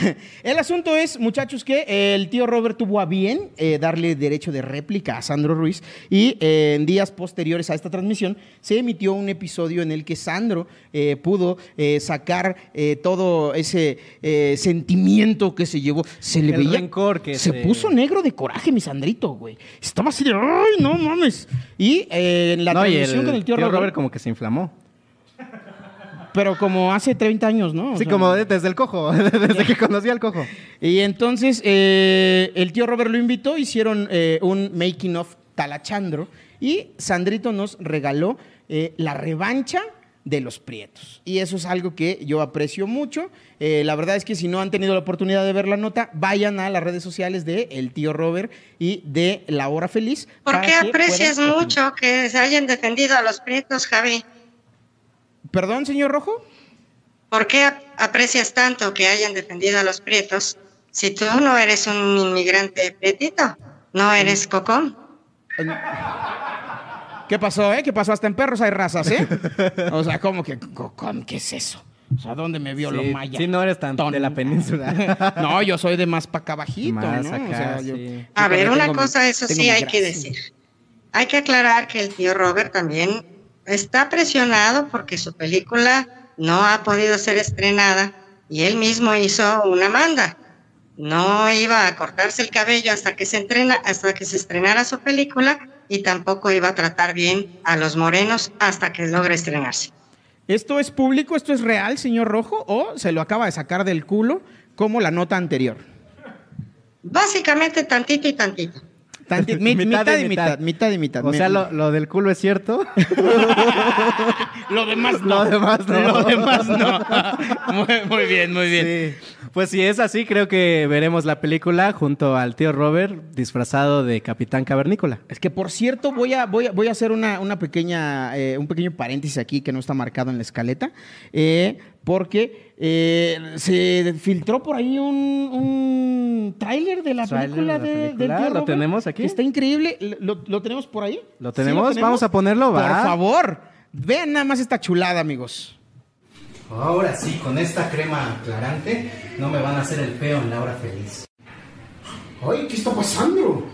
[laughs] El asunto es, muchachos, que el tío Robert tuvo a bien eh, darle derecho de réplica a Sandro Ruiz y eh, en días posteriores a esta transmisión se emitió un episodio en el que Sandro eh, pudo eh, sacar eh, todo ese eh, sentimiento que se llevó. Se le
El
veía-
rencor que
se
se-
puso negro de coraje, mi Sandrito, güey. Estaba así de, ¡ay, no mames! Y eh, en la
no, y el,
transmisión con el tío, Robert,
como que se inflamó.
pero como hace 30 años, ¿no? O
sí,
sea,
como de- desde el cojo, [laughs] desde que conocí al cojo.
Y entonces eh, el tío Robert lo invitó, hicieron eh, un making of Talachandro y Sandrito nos regaló eh, la revancha de los prietos. Y eso es algo que yo aprecio mucho. Eh, la verdad es que si no han tenido la oportunidad de ver la nota, vayan a las redes sociales de El Tío Robert y de La Hora Feliz.
¿Por
para
qué
que
aprecias
puedan-
mucho que se hayan defendido a los prietos, Javi?
Perdón, señor Rojo.
¿Por qué ap- aprecias tanto que hayan defendido a los prietos si tú no eres un inmigrante prietito? No eres cocón.
¿Qué pasó, eh? ¿Qué pasó? Hasta en perros hay razas, ¿eh? o sea, ¿cómo que? co- cómo- ¿Qué es eso? O sea, ¿dónde me vio
Sí,
lo maya?
sí, no eres tan de la península.
[laughs] no, yo soy de más para acá bajito,
Más
¿no? O
acá,
sea, yo-
sí.
yo
A ver,
todavía
una
tengo mi-
cosa, eso
tengo
sí
mi
hay que
gracia.
decir. Hay que aclarar que el tío Robert también está presionado porque su película no ha podido ser estrenada y él mismo hizo una manda. No iba a cortarse el cabello hasta que se entrena, hasta que se estrenara su película y tampoco iba a tratar bien a los morenos hasta que logre estrenarse.
¿Esto es público? ¿Esto es real, señor Rojo? ¿O se lo acaba de sacar del culo como la nota anterior?
Básicamente tantito y tantito.
[laughs]
Tanti- mi- mitad, y mitad, mitad y mitad.
O
Mi-
sea, lo, lo del culo es cierto.
Lo demás no.
[laughs] Lo demás no.
Lo demás no. [laughs] muy, muy bien, muy bien.
Sí. Pues si es así, creo que veremos la película junto al tío Robert disfrazado de Capitán Cavernícola.
Es que por cierto, voy a, voy a, voy a hacer una, una pequeña, eh, un pequeño paréntesis aquí que no está marcado en la escaleta, eh, porque eh, se filtró por ahí un, un tráiler de la
Tráiler de
película
la
de, del
película,
tío
¿lo
Robert,
tenemos aquí?
que Está increíble. ¿Lo, lo tenemos por ahí?
¿Lo
¿Sí
tenemos? Vamos a ponerlo, ¿va?
Por favor, vean nada más esta chulada, amigos.
Ahora sí, con esta crema aclarante no me van a hacer el feo en la hora feliz.
Ay, ¿qué está pasando?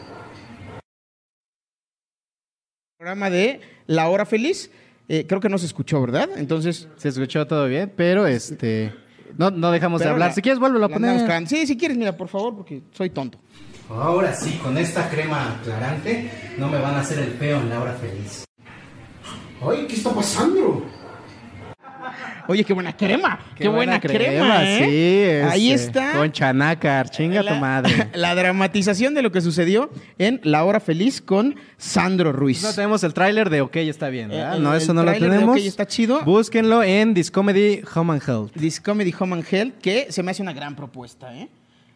Programa de La Hora Feliz. Eh, creo que no se escuchó, ¿verdad? Entonces...
Se escuchó todo bien, pero este. No, no dejamos de
pero
hablar.
la-
si quieres, vuélvelo a
la
poner.
andamos cagando. Sí, si quieres, mira, por favor, porque soy tonto.
Ahora sí, con esta crema aclarante no me van a hacer el feo en la hora feliz.
Ay, ¿qué está pasando?
Oye, qué buena crema. Qué, buena, crema. ¿eh?
sí.
Ahí
este,
está.
Con Chanacar, chinga tu madre.
[laughs] La dramatización de lo que sucedió en La Hora Feliz con Sandro Ruiz.
Pues No tenemos el tráiler de OK, está bien, ¿verdad?
Eh, el-
no, eso
el
no lo
tráiler de
tenemos.
OK está chido.
Búsquenlo en Discomedy Home and Health.
Discomedy Home and Health, que se me hace una gran propuesta, ¿eh?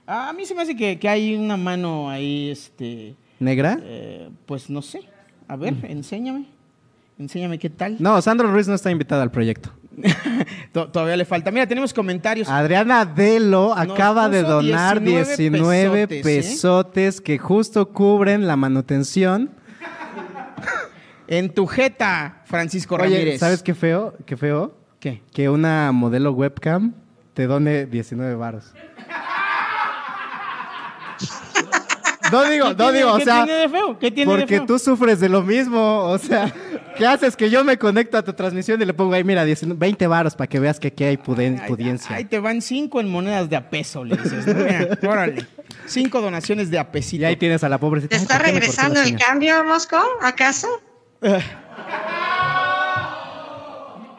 A mí se me hace que, que hay una mano ahí, este.
¿Negra?
Eh, pues no sé. A ver, enséñame. Enséñame qué tal.
Mm. No, Sandro Ruiz no está invitada al proyecto.
To- Todavía le falta. Mira, tenemos [laughs] comentarios.
Adriana Delo acaba de
puso
donar 19,
19
pesotes,
pesotes, ¿eh?
que justo cubren la manutención.
En tu jeta, Francisco
Oye,
Ramírez.
¿sabes qué feo? ¿Qué feo?
¿Qué?
Que una modelo webcam te done
[laughs]
19 varos. No digo, no
tiene-
digo, o
qué
sea,
tiene de feo? ¿Qué tiene de
porque
feo?
tú sufres de lo mismo, o sea, [laughs] ¿qué haces? Que yo me conecto a tu transmisión y le pongo ahí, mira, 19 20 varos para que veas que aquí hay puden-
Ahí-
pudiencia.
Ahí te van cinco en monedas de a peso, le dices. ¿no?
[laughs]
Mira, órale. Cinco donaciones de a pesito.
Y ahí tienes a la pobrecita.
¿Te
"Ay,
está
¿por qué me cortó la
regresando el
señal?".
cambio, Mosco? ¿Acaso?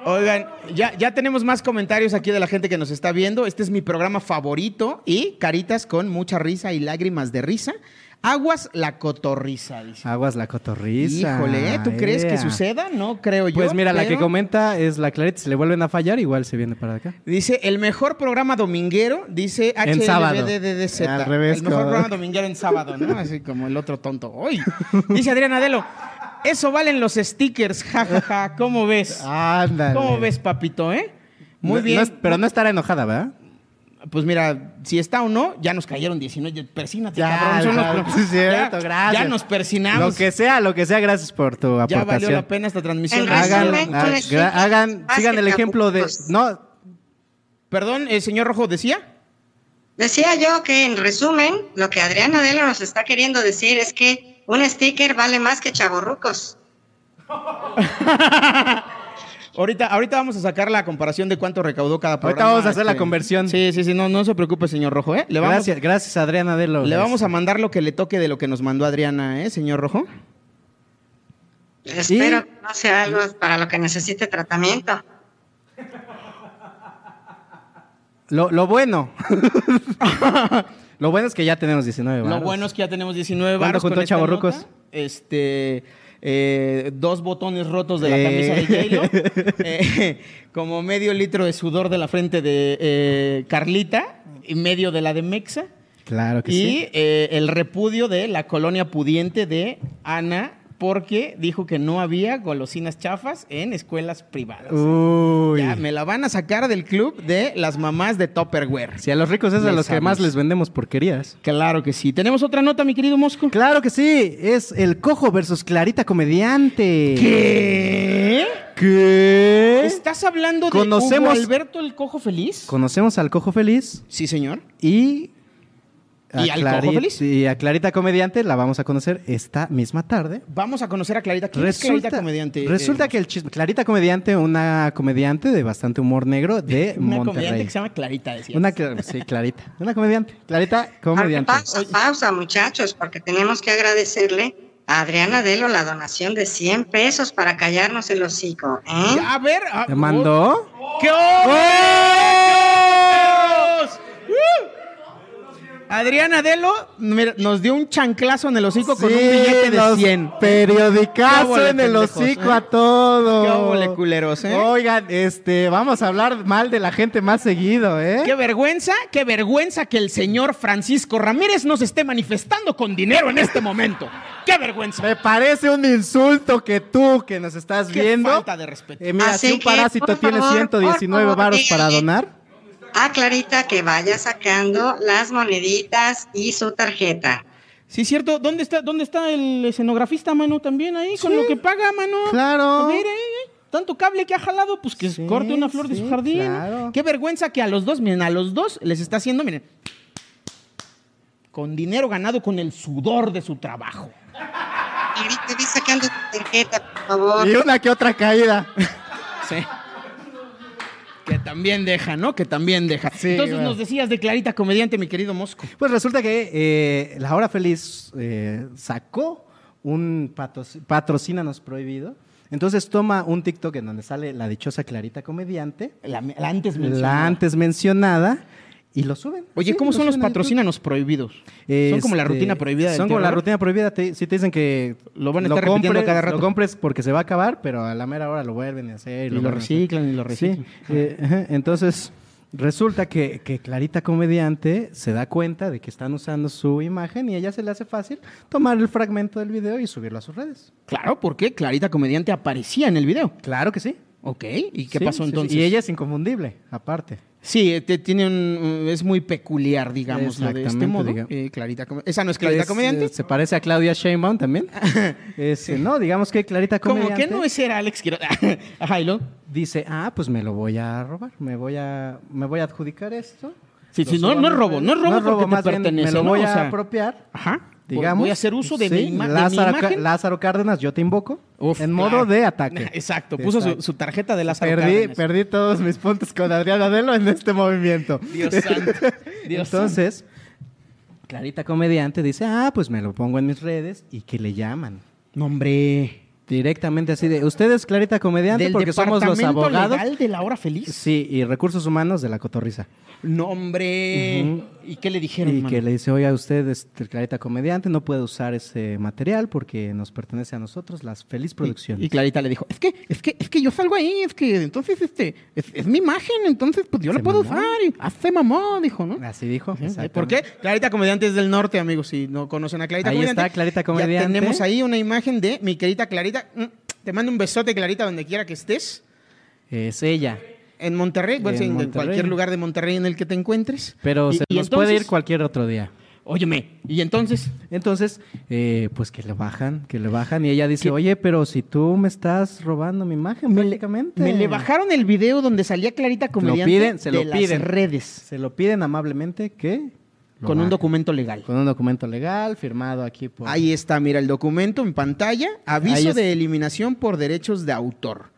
Oigan, ya, ya tenemos más comentarios aquí de la gente que nos está viendo. Este es mi programa favorito y caritas con mucha risa y lágrimas de risa. Aguas la cotorriza, dice.
Aguas la cotorriza.
Híjole, ¿eh? ¿tú crees que
ea.
suceda? No creo yo.
Pues mira, la que
pero-
comenta es la Claret. Si le vuelven a fallar, igual se viene para acá.
Dice, el mejor programa dominguero, dice
En sábado.
HLBDDZ.
Al revés,
El mejor
cabrón.
programa dominguero en sábado, ¿no? Así como el otro tonto. hoy Dice Adrián Adelo, eso valen los stickers, jajaja. ¿Cómo ves?
Ándale.
¿Cómo ves, papito, eh? Muy
Ah, No-
bien.
no es- pero no estará enojada, ¿verdad?
Pues mira, si está o no, ya nos cayeron 19. Persínate,
Ya,
cabrón. son
ya,
los-
sí es cierto,
ya-
gracias.
Ya nos persinamos.
Lo que sea, lo que sea, gracias por tu
ya
aportación.
valió la pena esta transmisión.
En resumen,
Hagan,
Háganlo.
Resumen,
ah,
con
gra-
equipos
hagan,
más
sigan
que
el ejemplo de.
capuchos.
No,
Perdón, el señor Rojo decía.
Decía yo que en resumen, lo que Adriana Delo nos está queriendo decir es que un sticker vale más que chaborrucos.
Ahorita, ahorita vamos a sacar la comparación de cuánto recaudó cada programa.
ahorita vamos a hacer la
este.
conversión.
Sí, sí, sí, no, no se preocupe, señor Rojo, ¿eh? Le vamos,
gracias, gracias, Adriana Delo.
Le vamos a mandar lo que le toque de lo que nos mandó Adriana, ¿eh, señor Rojo?
Espero que no sea algo para lo que necesite tratamiento.
Lo, lo bueno. [laughs] lo bueno es que ya tenemos 19
Lo
varos.
bueno es que ya tenemos 19
¿Cuánto
baros con
juntó
esta
Chavorrucos?
nota. Este, eh, dos botones rotos de la
Eh.
camisa de J-Lo.
[laughs]
Eh, [laughs] como medio litro de sudor de la frente de eh, Carlita y medio de la de Mexa.
Claro que
y
sí.
eh, el repudio de la colonia pudiente de Ana porque dijo que no había golosinas chafas en escuelas privadas.
Uy.
Ya, me la van a sacar del club de las mamás de Topperware.
Si a los ricos es a
Les
los que más
aviso.
les vendemos porquerías.
Claro que sí. Tenemos otra nota, mi querido Mosco.
Claro que sí, es el cojo versus Clarita comediante.
¿Qué? ¿Eh?
¿Qué?
¿Estás hablando de Hugo
Conocemos-
Alberto el Cojo Feliz?
Conocemos al cojo feliz
Sí, señor.
y
¿Y al Cojo Feliz?
y a Clarita comediante la vamos a conocer esta misma tarde.
Vamos a conocer a Clarita. ¿Quién es Clarita Comediante?
resulta
eh,
que el chisme, Clarita comediante, una comediante de bastante humor negro de
[laughs] Una comediante
Monterrey.
que se llama Clarita, decía.
una cla- sí, Clarita, una comediante, Clarita comediante.
Pausa, pausa, muchachos, porque tenemos que agradecerle a Adriana Delo la donación de 100 pesos para callarnos el hocico. ¿eh?
A ver. ah,
¿Te mandó?
¡Qué horror! ¡Uh! Adriana Delo mira, nos dio un chanclazo en el hocico con un
Sí,
billete de
los
100. Qué
Periodicazo
óvole,
en el
pendejos,
hocico
¿eh?
a todos.
Qué óvole, culeros, ¿eh?
Oigan, este, vamos a hablar mal de la gente más seguido, ¿eh?
Qué vergüenza, qué vergüenza que el señor Francisco Ramírez nos esté manifestando con dinero en este momento. ¡Qué vergüenza!
Me parece un insulto que tú que nos estás
Qué
viendo.
falta de respeto.
Eh, mira,
Así
si un
que,
parásito
por
tiene
favor,
119
por favor,
varos para
díganle.
donar.
A Clarita que vaya sacando las moneditas y su tarjeta.
Sí, cierto. ¿Dónde está, dónde está el escenografista, mano? También ahí, con lo que paga, mano.
claro.
A ver, eh, eh, Tanto cable que ha jalado, pues que
Sí,
corte una flor de su
sí,
jardín.
claro.
Qué vergüenza que a los dos, miren, a los dos les está haciendo, miren, con dinero ganado con el sudor de su trabajo.
Clarita, ve sacando tu tarjeta, por favor.
Y una que otra caída.
Sí. Que también deja, ¿no? Que también deja.
Sí,
Entonces
bueno.
nos decías de Clarita Comediante, mi querido Mosco.
Pues resulta que eh, La Hora Feliz eh, sacó un patos- patrocínanos prohibido. Entonces toma un TikTok en donde sale la dichosa Clarita Comediante,
La, la antes mencionada.
la antes mencionada, y lo suben.
Oye,
Sí,
¿cómo
lo
son los
suben a YouTube.
patrocínanos prohibidos? son como la
Este,
rutina prohibida. del
Son como
tío
la
Robert.
rutina prohibida. te- si te dicen que
Lo van a estar repitiendo cada rato.
Lo compres porque se va a acabar, pero a la mera hora lo vuelven a hacer.
Y lo
vuelven a hacer.
reciclan, y lo
Sí,
reciclan.
eh, ajá, entonces, Resulta que, que Clarita Comediante se da cuenta de que están usando su imagen y ella se le hace fácil tomar el fragmento del video y subirlo a sus redes.
Claro, porque Clarita Comediante aparecía en el video.
Claro que sí.
Ok, ¿y qué
Sí,
pasó
sí, sí.
entonces?
Y ella es inconfundible, aparte.
Sí, eh, te- tiene un, es muy peculiar, digamos, de este
Exactamente,
modo.
diga-
Eh, Clarita Com- Esa no es Clarita
Es,
Comediante.
eh, Se parece a Claudia
[laughs]
Sheinbaum también. Este, No, digamos que Clarita
Como
Comediante.
que no es era Alex Quiroga. [laughs] Ajá, ¿y luego?
Dice, ah, pues me lo voy a robar, me voy a, me voy a adjudicar esto.
Sí,
Lo
sí, no,
subo
no
a
es
mis
robo,
redes.
no es robo porque te
más bien
pertenece,
Me lo
¿no?
voy
O sea,
a apropiar.
Ajá.
Digamos,
Voy a hacer uso de, mi,
Sí,
ima- de mi
Lázaro, Ca-
imagen.
Lázaro Cárdenas, yo te invoco.
Uf,
en
claro.
modo de ataque.
[laughs] Exacto, puso su,
Exacto.
su tarjeta de Lázaro
Perdí,
Cárdenas.
perdí todos mis puntos con Adrián Adelo en este movimiento.
Dios
[laughs]
santo. Dios santo.
Entonces, Clarita Comediante dice, ah, pues me lo pongo en mis redes y que le llaman.
No, hombre.
Directamente así de, ustedes Clarita Comediante
Del
porque somos los
departamento
abogados.
legal de la hora feliz.
Sí, y recursos humanos de la cotorriza.
No, hombre. ¿Y qué le dijeron,
Y
mano?
que le dice, oiga, usted es Clarita Comediante, no puede usar ese material porque nos pertenece a nosotros, las Feliz Producciones.
Y, y Clarita le dijo, es que, es que, es que yo salgo ahí, es que entonces este, es, es mi imagen, entonces pues yo la
Se
puedo
mamó.
usar. Y, ah, se mamó, dijo, ¿no?
Así dijo.
Ajá, ¿eh?
exactamente.
¿Por qué? Clarita Comediante es del norte, amigos. Si no conocen a Clarita
Ahí
Comediante.
está, Clarita
ya
Comediante.
tenemos ahí una imagen de mi querida Clarita. Mm, Te mando un besote, Clarita, donde quiera que estés.
Es ella.
En Monterrey, bueno,
En
sí, en
Monterrey.
cualquier lugar de Monterrey en el que te encuentres.
Pero
Y-
se
y
nos puede ir
entonces-
cualquier otro día.
Óyeme, y entonces,
Entonces, eh, pues que le bajan, que le bajan. Y ella dice, oye, pero si tú me estás robando mi imagen, prácticamente.
me le bajaron el video donde salía Clarita Comediante
piden, se lo
de las
piden.
redes
Se lo piden amablemente que. lo
con un
bajen.
documento legal.
Con un documento legal firmado aquí por.
Ahí está, mira el documento en pantalla.
Ahí
Aviso
es-
de eliminación por derechos de autor.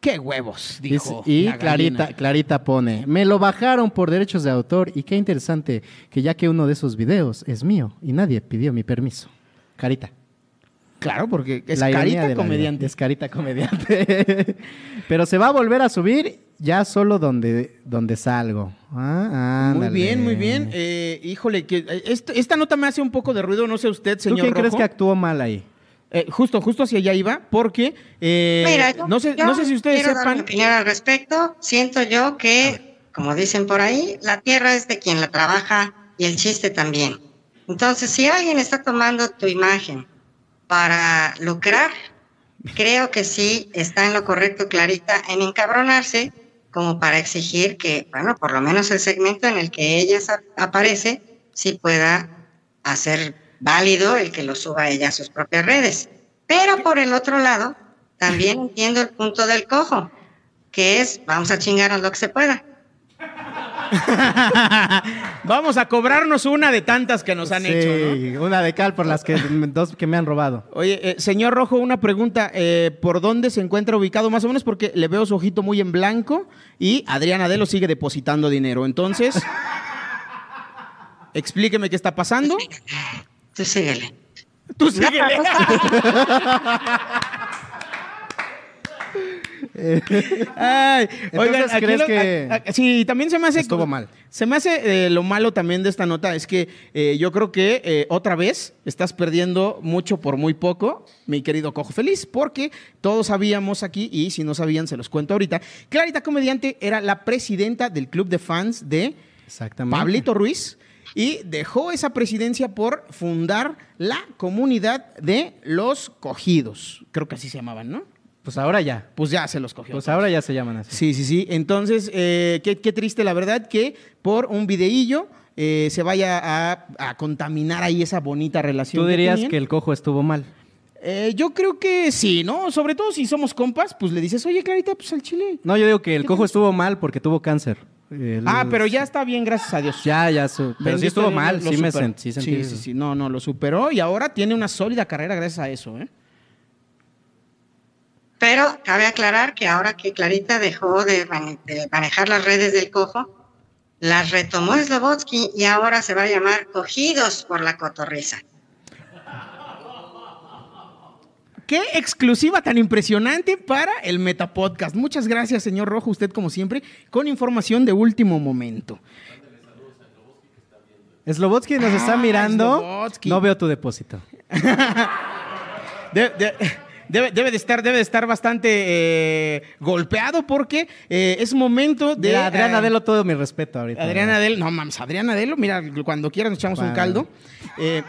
¡Qué huevos!
Dice-
Dijo.
y
la
Clarita,
gallina.
Clarita pone, me lo bajaron por derechos de autor y qué interesante que ya que uno de esos videos es mío y nadie pidió mi permiso. Carita.
Claro, porque es
La ironía de
Clarita
la vida.
Comediante.
Es carita comediante. [laughs] Pero se va a volver a subir ya solo donde, donde salgo. Ah,
Muy
ándale.
bien, muy bien. Eh, híjole, que eh, esto- esta nota me hace un poco de ruido, no sé usted,
¿Tú
Eh, señor.
quién crees
Rojo.
que actuó mal ahí?
Eh, justo, justo hacia allá iba, porque eh,
Mira, yo-
no, sé,
yo
no sé si ustedes
quiero dar mi
sepan. Ah.
opinión al respecto. Siento yo que, como dicen por ahí, la tierra es de quien la trabaja y el chiste también. Entonces, si alguien está tomando tu imagen para lucrar, creo que sí está en lo correcto, Clarita, en encabronarse como para exigir que, bueno, por lo menos el segmento en el que ella sa- aparece, sí pueda hacer válido el que lo suba ella a sus propias redes. Pero por el otro lado, también entiendo el punto del cojo, que es vamos a chingarnos lo que se pueda.
Vamos a cobrarnos una de tantas que nos han
Sí,
hecho, ¿no?
una de cal por las que dos que me han robado.
Oye, eh, señor Rojo, una pregunta. eh, ¿Por dónde se encuentra ubicado más o menos? Porque le veo su ojito muy en blanco y Adrián Adelo sigue depositando dinero. Entonces, [laughs] explíqueme qué está pasando.
Tú síguele.
Tú
[laughs]
síguele. Ay, oigan,
Entonces,
aquí
¿crees
lo-
que
a- a- sí, también se me hace
estuvo mal?
Se me hace eh, lo malo también de esta nota es que eh, yo creo que eh, otra vez estás perdiendo mucho por muy poco, mi querido cojo feliz, porque todos sabíamos aquí y si no sabían se los cuento ahorita. Clarita comediante era la presidenta del club de fans de
Exactamente.
Pablito Ruiz y dejó esa presidencia por fundar la comunidad de los cogidos. Creo que así se llamaban, ¿no?
Pues ahora ya.
Pues ya se los cogió.
Pues ahora ya se llaman así.
Sí, sí, sí. Entonces, eh, qué, qué triste la verdad que por un videillo eh, se vaya a, a contaminar ahí esa bonita relación.
Tú dirías
tenían.
que el cojo estuvo mal.
Eh, yo creo que sí, ¿no? Sobre todo si somos compas, pues le dices, oye, Clarita, pues al chile.
No, yo digo que el cojo estuvo mal porque tuvo cáncer. El-
Ah, pero ya está bien, gracias a Dios.
Ya, ya. su- Pero sí
Bendito
estuvo
Dios,
mal.
lo
Sí me
superó.
sen- sí sentí
Sí,
eso.
sí, sí. No, no, lo superó y ahora tiene una sólida carrera gracias a eso, ¿eh?
Pero cabe aclarar que ahora que Clarita dejó de, mane- de manejar las redes del cojo, las retomó Slobotsky y ahora se va a llamar Cogidos por la Cotorriza.
Qué exclusiva tan impresionante para el Metapodcast. Muchas gracias, señor Rojo, usted como siempre, con información de último momento.
Slobotsky nos está
Ah,
mirando.
Slobotsky.
No veo tu depósito.
De- de- debe, debe de estar, debe de estar bastante eh, golpeado porque eh, es momento de.
De Adriana
eh,
Adelo, todo mi respeto ahorita.
Adriana Adelo, no mames, Adriana Adelo, mira, cuando quieras nos echamos un
Bueno.
caldo. Eh,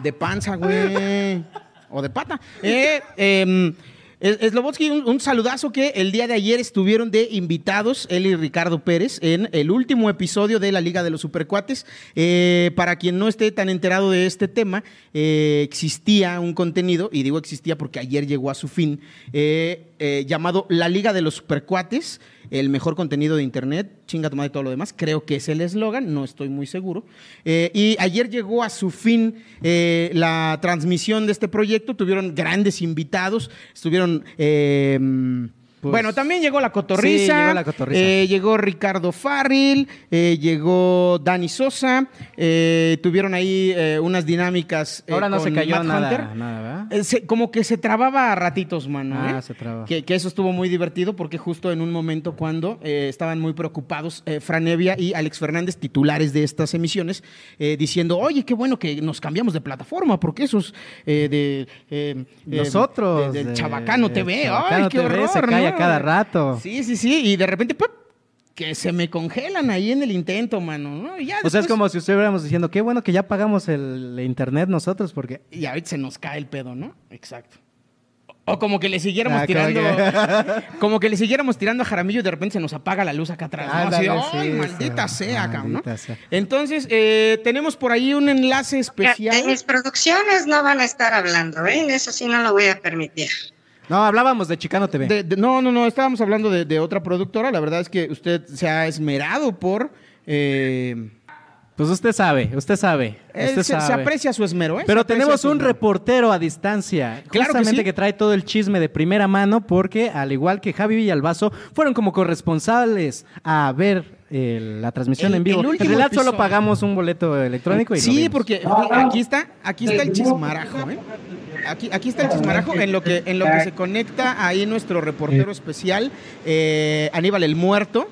de panza, güey. O de pata. Eh, em, es- Slobotsky, un, un saludazo que el día de ayer estuvieron de invitados, él y Ricardo Pérez, en el último episodio de la Liga de los Supercuates. Eh, para quien no esté tan enterado de este tema, eh, existía un contenido, y digo existía porque ayer llegó a su fin, eh, eh, llamado La Liga de los Supercuates, el mejor contenido de Internet, chinga tu madre todo lo demás, creo que es el eslogan, no estoy muy seguro. Eh, y ayer llegó a su fin eh, la transmisión de este proyecto, tuvieron grandes invitados, estuvieron... eh,
Pues-
bueno, también llegó la cotorriza,
Sí, llegó la cotorriza.
eh, llegó Ricardo Farril, eh, llegó Dani Sosa, eh, tuvieron ahí eh, unas dinámicas. eh,
Ahora no se
con
cayó
Matt
nada,
Hunter.
nada, ¿verdad?
Eh, se- como que se trababa a ratitos, mano.
Ah,
¿eh?
se traba.
Que, que eso estuvo muy divertido porque justo en un momento cuando eh, estaban muy preocupados eh, Fran Evia y Alex Fernández, titulares de estas emisiones, eh, diciendo, oye, qué bueno que nos cambiamos de plataforma porque esos eh, de... eh, eh,
Nosotros,
de- del
de-
Chabacano TV,
Chabacano
ay, qué
TV,
horror,
se cae a
¿no?
cada rato.
Sí, sí, sí, y de repente... ¡pup! Que se me congelan ahí en el intento, mano. ¿no? Y ya
O sea, es
después-
como si estuviéramos diciendo, qué bueno que ya pagamos el internet nosotros, porque
y ahorita se nos cae el pedo, ¿no? Exacto. O como que le siguiéramos
Ah, como
tirando.
que-
[laughs] como que le siguiéramos tirando a Jaramillo y de repente se nos apaga la luz acá atrás. ¿no? Así de,
Ándale,
¡Ay,
sí,
maldita
sí,
sea, cabrón! ¿no?
maldita sea.
Entonces, eh, tenemos por ahí un enlace
De
especial.
mis producciones no van a estar hablando, ¿eh? Eso sí no lo voy a permitir.
no, hablábamos de Chicano TV.
De- de- no, no, no, estábamos hablando de, de otra productora. La verdad es que usted se ha esmerado por. eh,
Pues usted sabe, usted sabe,
eh,
usted
se, se
Este sabe.
aprecia su esmero, ¿eh? Se
Pero
aprecia
tenemos
su
un
esmero.
reportero a distancia,
Claro que
justamente
sí.
que trae todo el chisme de primera mano, porque al igual que Javi Villalbazo, fueron como corresponsales a ver eh, la transmisión
El-
en vivo.
el último
en realidad solo
episodio.
pagamos un boleto electrónico y lo
Sí,
vimos.
porque güey, aquí está, aquí está el chismarajo, ¿eh? Aquí, aquí está el chismarajo en lo que en lo que se conecta ahí nuestro reportero especial eh, Aníbal el muerto.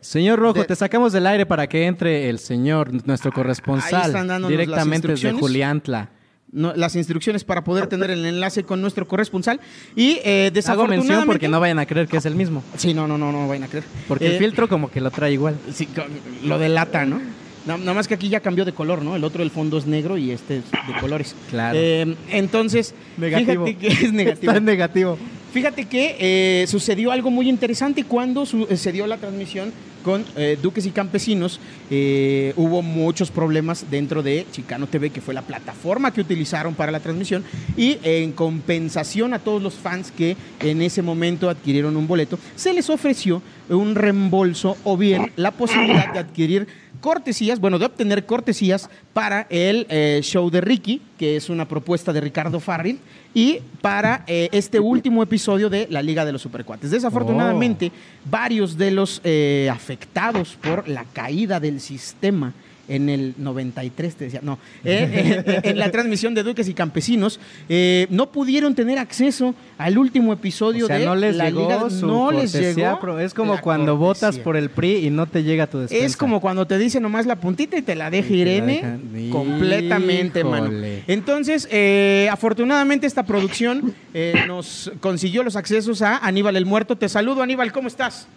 Señor Rojo,
De- Ah,
te sacamos del aire para que entre el señor, nuestro
ahí
corresponsal,
están dándonos las
directamente desde
instrucciones.
Juliantla.
No, las instrucciones para poder tener el enlace con nuestro corresponsal y eh,
Hago
desafortunadamente
mención porque no vayan a creer que es el mismo.
Sí, no, no, no, no vayan a creer.
Porque
Eh,
el filtro como que lo trae igual.
sí, co- lo delata, ¿no? Na- Nada más que aquí ya cambió de color, ¿no? El otro el fondo es negro y este es de colores.
Claro.
Eh, entonces, fíjate que es [laughs] negativo.
Está en negativo.
Fíjate que eh, sucedió algo muy interesante cuando su- eh, se dio la transmisión con eh, Duques y Campesinos. eh, hubo muchos problemas dentro de Chicano TV, que fue la plataforma que utilizaron para la transmisión. Y en compensación a todos los fans que en ese momento adquirieron un boleto, se les ofreció un reembolso o bien la posibilidad de adquirir cortesías, bueno, de obtener cortesías para el eh, show de Ricky, que es una propuesta de Ricardo Farril, y para eh, este último episodio de La Liga de los Supercuates. Desafortunadamente, varios de los eh, afectados por la caída del sistema en el 93, te decía, no, eh, eh, en la transmisión de Duques y Campesinos, eh, no pudieron tener acceso al último episodio
O sea,
de
no les
la
llegó
Liga.
su
no les
cortesía,
llegó
pero Es como
la
cuando votas
cortesía.
por el PRI y no te llega tu despensa.
Es como cuando te dice nomás la puntita y te la deja
Y te la
Irene
dejan-
completamente, mano.
Híjole.
Entonces, eh, afortunadamente esta producción eh, nos consiguió los accesos a Aníbal el Muerto. Te saludo, Aníbal, ¿cómo estás?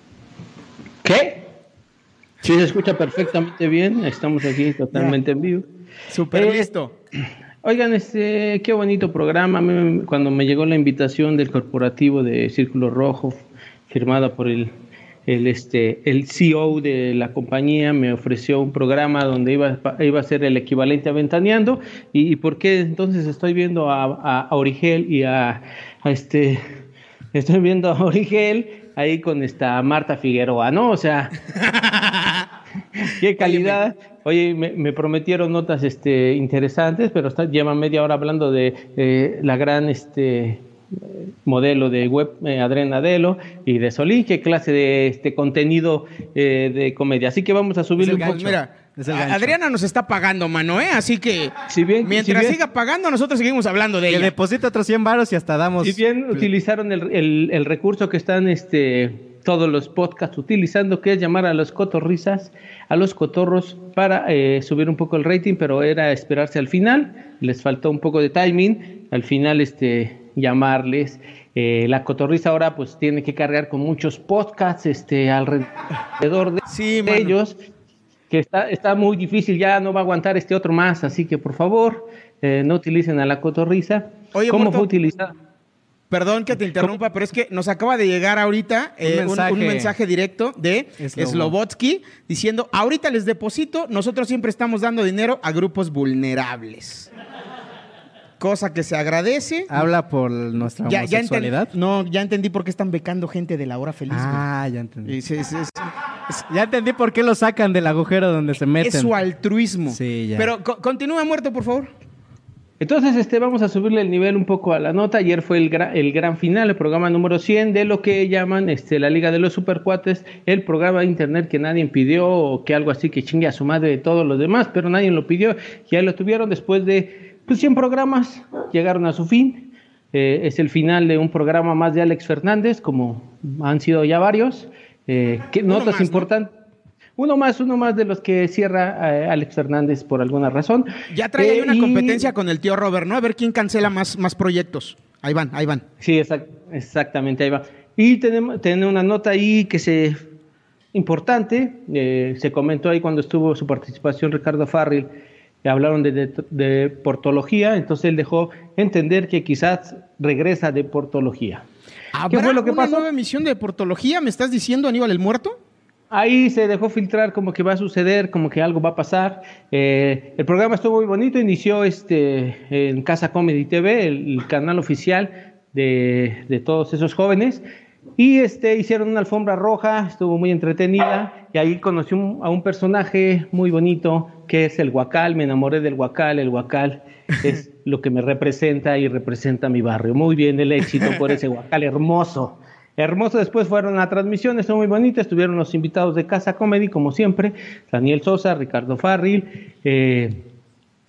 ¿Qué? Sí, se escucha perfectamente bien. Estamos aquí totalmente en vivo.
Súper
Eh,
listo.
Oigan, este, qué bonito programa. A mí me- Cuando me llegó la invitación del corporativo de Círculo Rojo, firmada por el, el, este, el CEO de la compañía, me ofreció un programa donde iba, a pa- iba a ser el equivalente a Ventaneando. ¿Y, y por qué entonces estoy viendo a, a- a Origel y a, a este... [laughs] Estoy viendo a Origel ahí con esta Marta Figueroa, ¿no? O sea, Qué calidad. Oye, me, me prometieron notas este, interesantes, pero está, llevan media hora hablando de eh, la gran este, eh, modelo de web eh, Adriana Adelo y de Solín, qué clase de este contenido eh, de comedia. Así que vamos a subirle un
Pues
poco.
mira,
Es el
a-
gancho.
Adriana nos está pagando, mano, ¿eh? Así que
Si bien-
mientras
si bien-
siga pagando, nosotros seguimos hablando de
Que
ella.
deposita otros 100 varos y hasta damos...
Pues,
Si bien utilizaron el, el- el recurso que están este, todos los podcasts utilizando, que es llamar a los cotorrizas, a los cotorros, para eh, subir un poco el rating, pero era esperarse al final. Les faltó un poco de timing. Al final este, llamarles. Eh, la cotorriza ahora pues tiene que cargar con muchos podcasts este, alrededor de
[laughs] Sí, mano.
ellos, que está, está muy difícil, ya no va a aguantar este otro más, así que por favor eh, no utilicen a la cotorriza.
Oye,
¿Cómo
Morto,
fue utilizada?
Perdón que te interrumpa, pero es que nos acaba de llegar ahorita eh, un, un mensaje.
mensaje.
directo de
Slobo.
Slobotsky diciendo, ahorita les deposito, nosotros siempre estamos dando dinero a grupos vulnerables. Cosa que se agradece.
Habla por nuestra
Ya, ya enten-
homosexualidad.
no, ya entendí por qué están becando gente de la hora feliz. güey.
ah, ya entendí.
Es- es- es-
Ya entendí por qué lo sacan del agujero donde se meten.
es su altruismo.
Sí, ya.
Pero co- continúa muerto, por favor.
Entonces, este, vamos a subirle el nivel un poco a la nota. Ayer fue el, gra- el gran final, el programa número 100 de lo que llaman este, la Liga de los Supercuates, el programa de internet que nadie pidió o que algo así que chingue a su madre de todos los demás, pero nadie lo pidió. Ya lo tuvieron después de pues, 100 programas, llegaron a su fin. Eh, es el final de un programa más de Alex Fernández, como han sido ya varios. Eh, que- notas
más, ¿no?
importantes. Uno más, uno más de los que cierra eh, Alex Fernández por alguna razón.
Ya trae ahí
Eh,
una
y-
competencia con el tío Robert, ¿no? A ver quién cancela más, más proyectos. Ahí van, ahí van.
Sí, exac- exactamente, ahí va. Y tenemos, tiene una nota ahí que se importante, eh, se comentó ahí cuando estuvo su participación Ricardo Farril, que hablaron de, de- de portología, entonces él dejó entender que quizás regresa de portología.
¿Habrá
fue lo que
Ah, una
pasó?
nueva emisión de portología? ¿Me estás diciendo, Aníbal el Muerto?
Ahí se dejó filtrar como que va a suceder, como que algo va a pasar. Eh, el programa estuvo muy bonito, inició este en Casa Comedy TV, el, canal oficial de, de todos esos jóvenes. Y este, hicieron una alfombra roja, estuvo muy entretenida. Y ahí conocí un- a un personaje muy bonito que es el Huacal. Me enamoré del Huacal. El Huacal es lo que me representa y representa mi barrio. Muy bien, el éxito por ese Huacal hermoso. Hermoso, después fueron a transmisiones, son muy bonitas, estuvieron los invitados de Casa Comedy, como siempre, Daniel Sosa, Ricardo Farril, eh,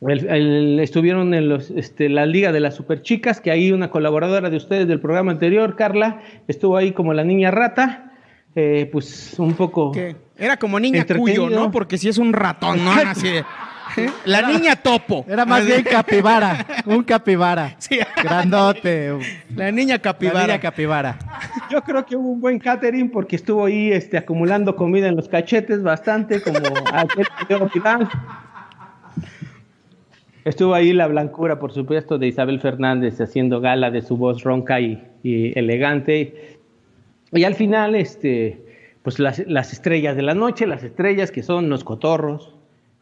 el- el- estuvieron en los, este, la Liga de las Superchicas, que ahí una colaboradora de ustedes del programa anterior, Carla, estuvo ahí como la niña rata, eh, pues un poco...
Que era como niña
Entretenido. ¿Eh?
cuyo, ¿no? Porque si es un ratón, ¿no? Así de- La niña topo.
Era más bien capibara, un capibara.
[laughs] Sí.
Grandote.
La niña
Capibara.
capibara.
capibara.
Yo creo que hubo un buen catering porque estuvo ahí este, acumulando comida en los cachetes bastante, como [laughs] aquel video final. Estuvo ahí la blancura, por supuesto, de Isabel Fernández haciendo gala de su voz ronca y, y elegante. Y al final, este, pues las, las estrellas de la noche, las estrellas que son los cotorros,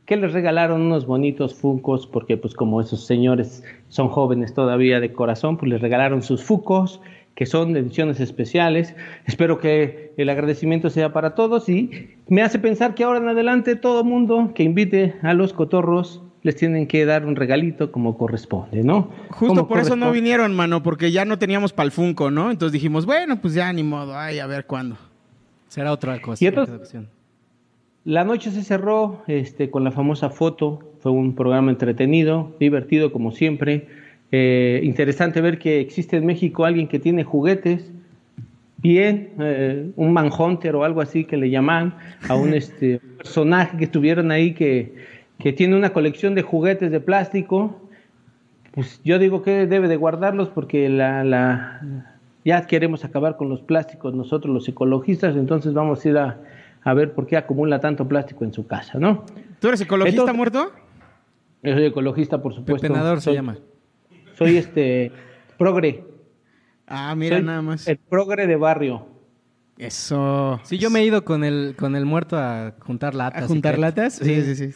que les regalaron unos bonitos funcos, porque pues como esos señores son jóvenes todavía de corazón, pues les regalaron sus fucos, que son de ediciones especiales. Espero que el agradecimiento sea para todos y me hace pensar que ahora en adelante todo mundo que invite a los cotorros les tienen que dar un regalito como corresponde, ¿no?
Justo
Como
por eso no
corresponde.
vinieron, mano, porque ya no teníamos palfunco, ¿no? Entonces dijimos, bueno, pues ya ni modo, ay, a ver cuándo.
Será otra cosa.
¿Y otros?
otra opción.
La noche se cerró este, con la famosa foto. Fue un programa entretenido, divertido como siempre. Eh, interesante ver que existe en México alguien que tiene juguetes. Bien, eh, un manhunter o algo así que le llaman a un este, personaje que estuvieron ahí que, que tiene una colección de juguetes de plástico. Pues yo digo que debe de guardarlos porque la, la- ya queremos acabar con los plásticos nosotros los ecologistas, entonces vamos a ir a, a ver por qué acumula tanto plástico en su casa, ¿no?
¿Tú eres ecologista
Entonces-
muerto?
Yo soy ecologista, por supuesto.
Pepenador se
Soy-
llama.
Soy este progre.
Ah, mira
Soy
nada más.
El progre de barrio.
Eso.
Sí, yo me he ido con el, con el muerto a juntar latas.
¿A juntar
y
latas? Sí, sí, sí.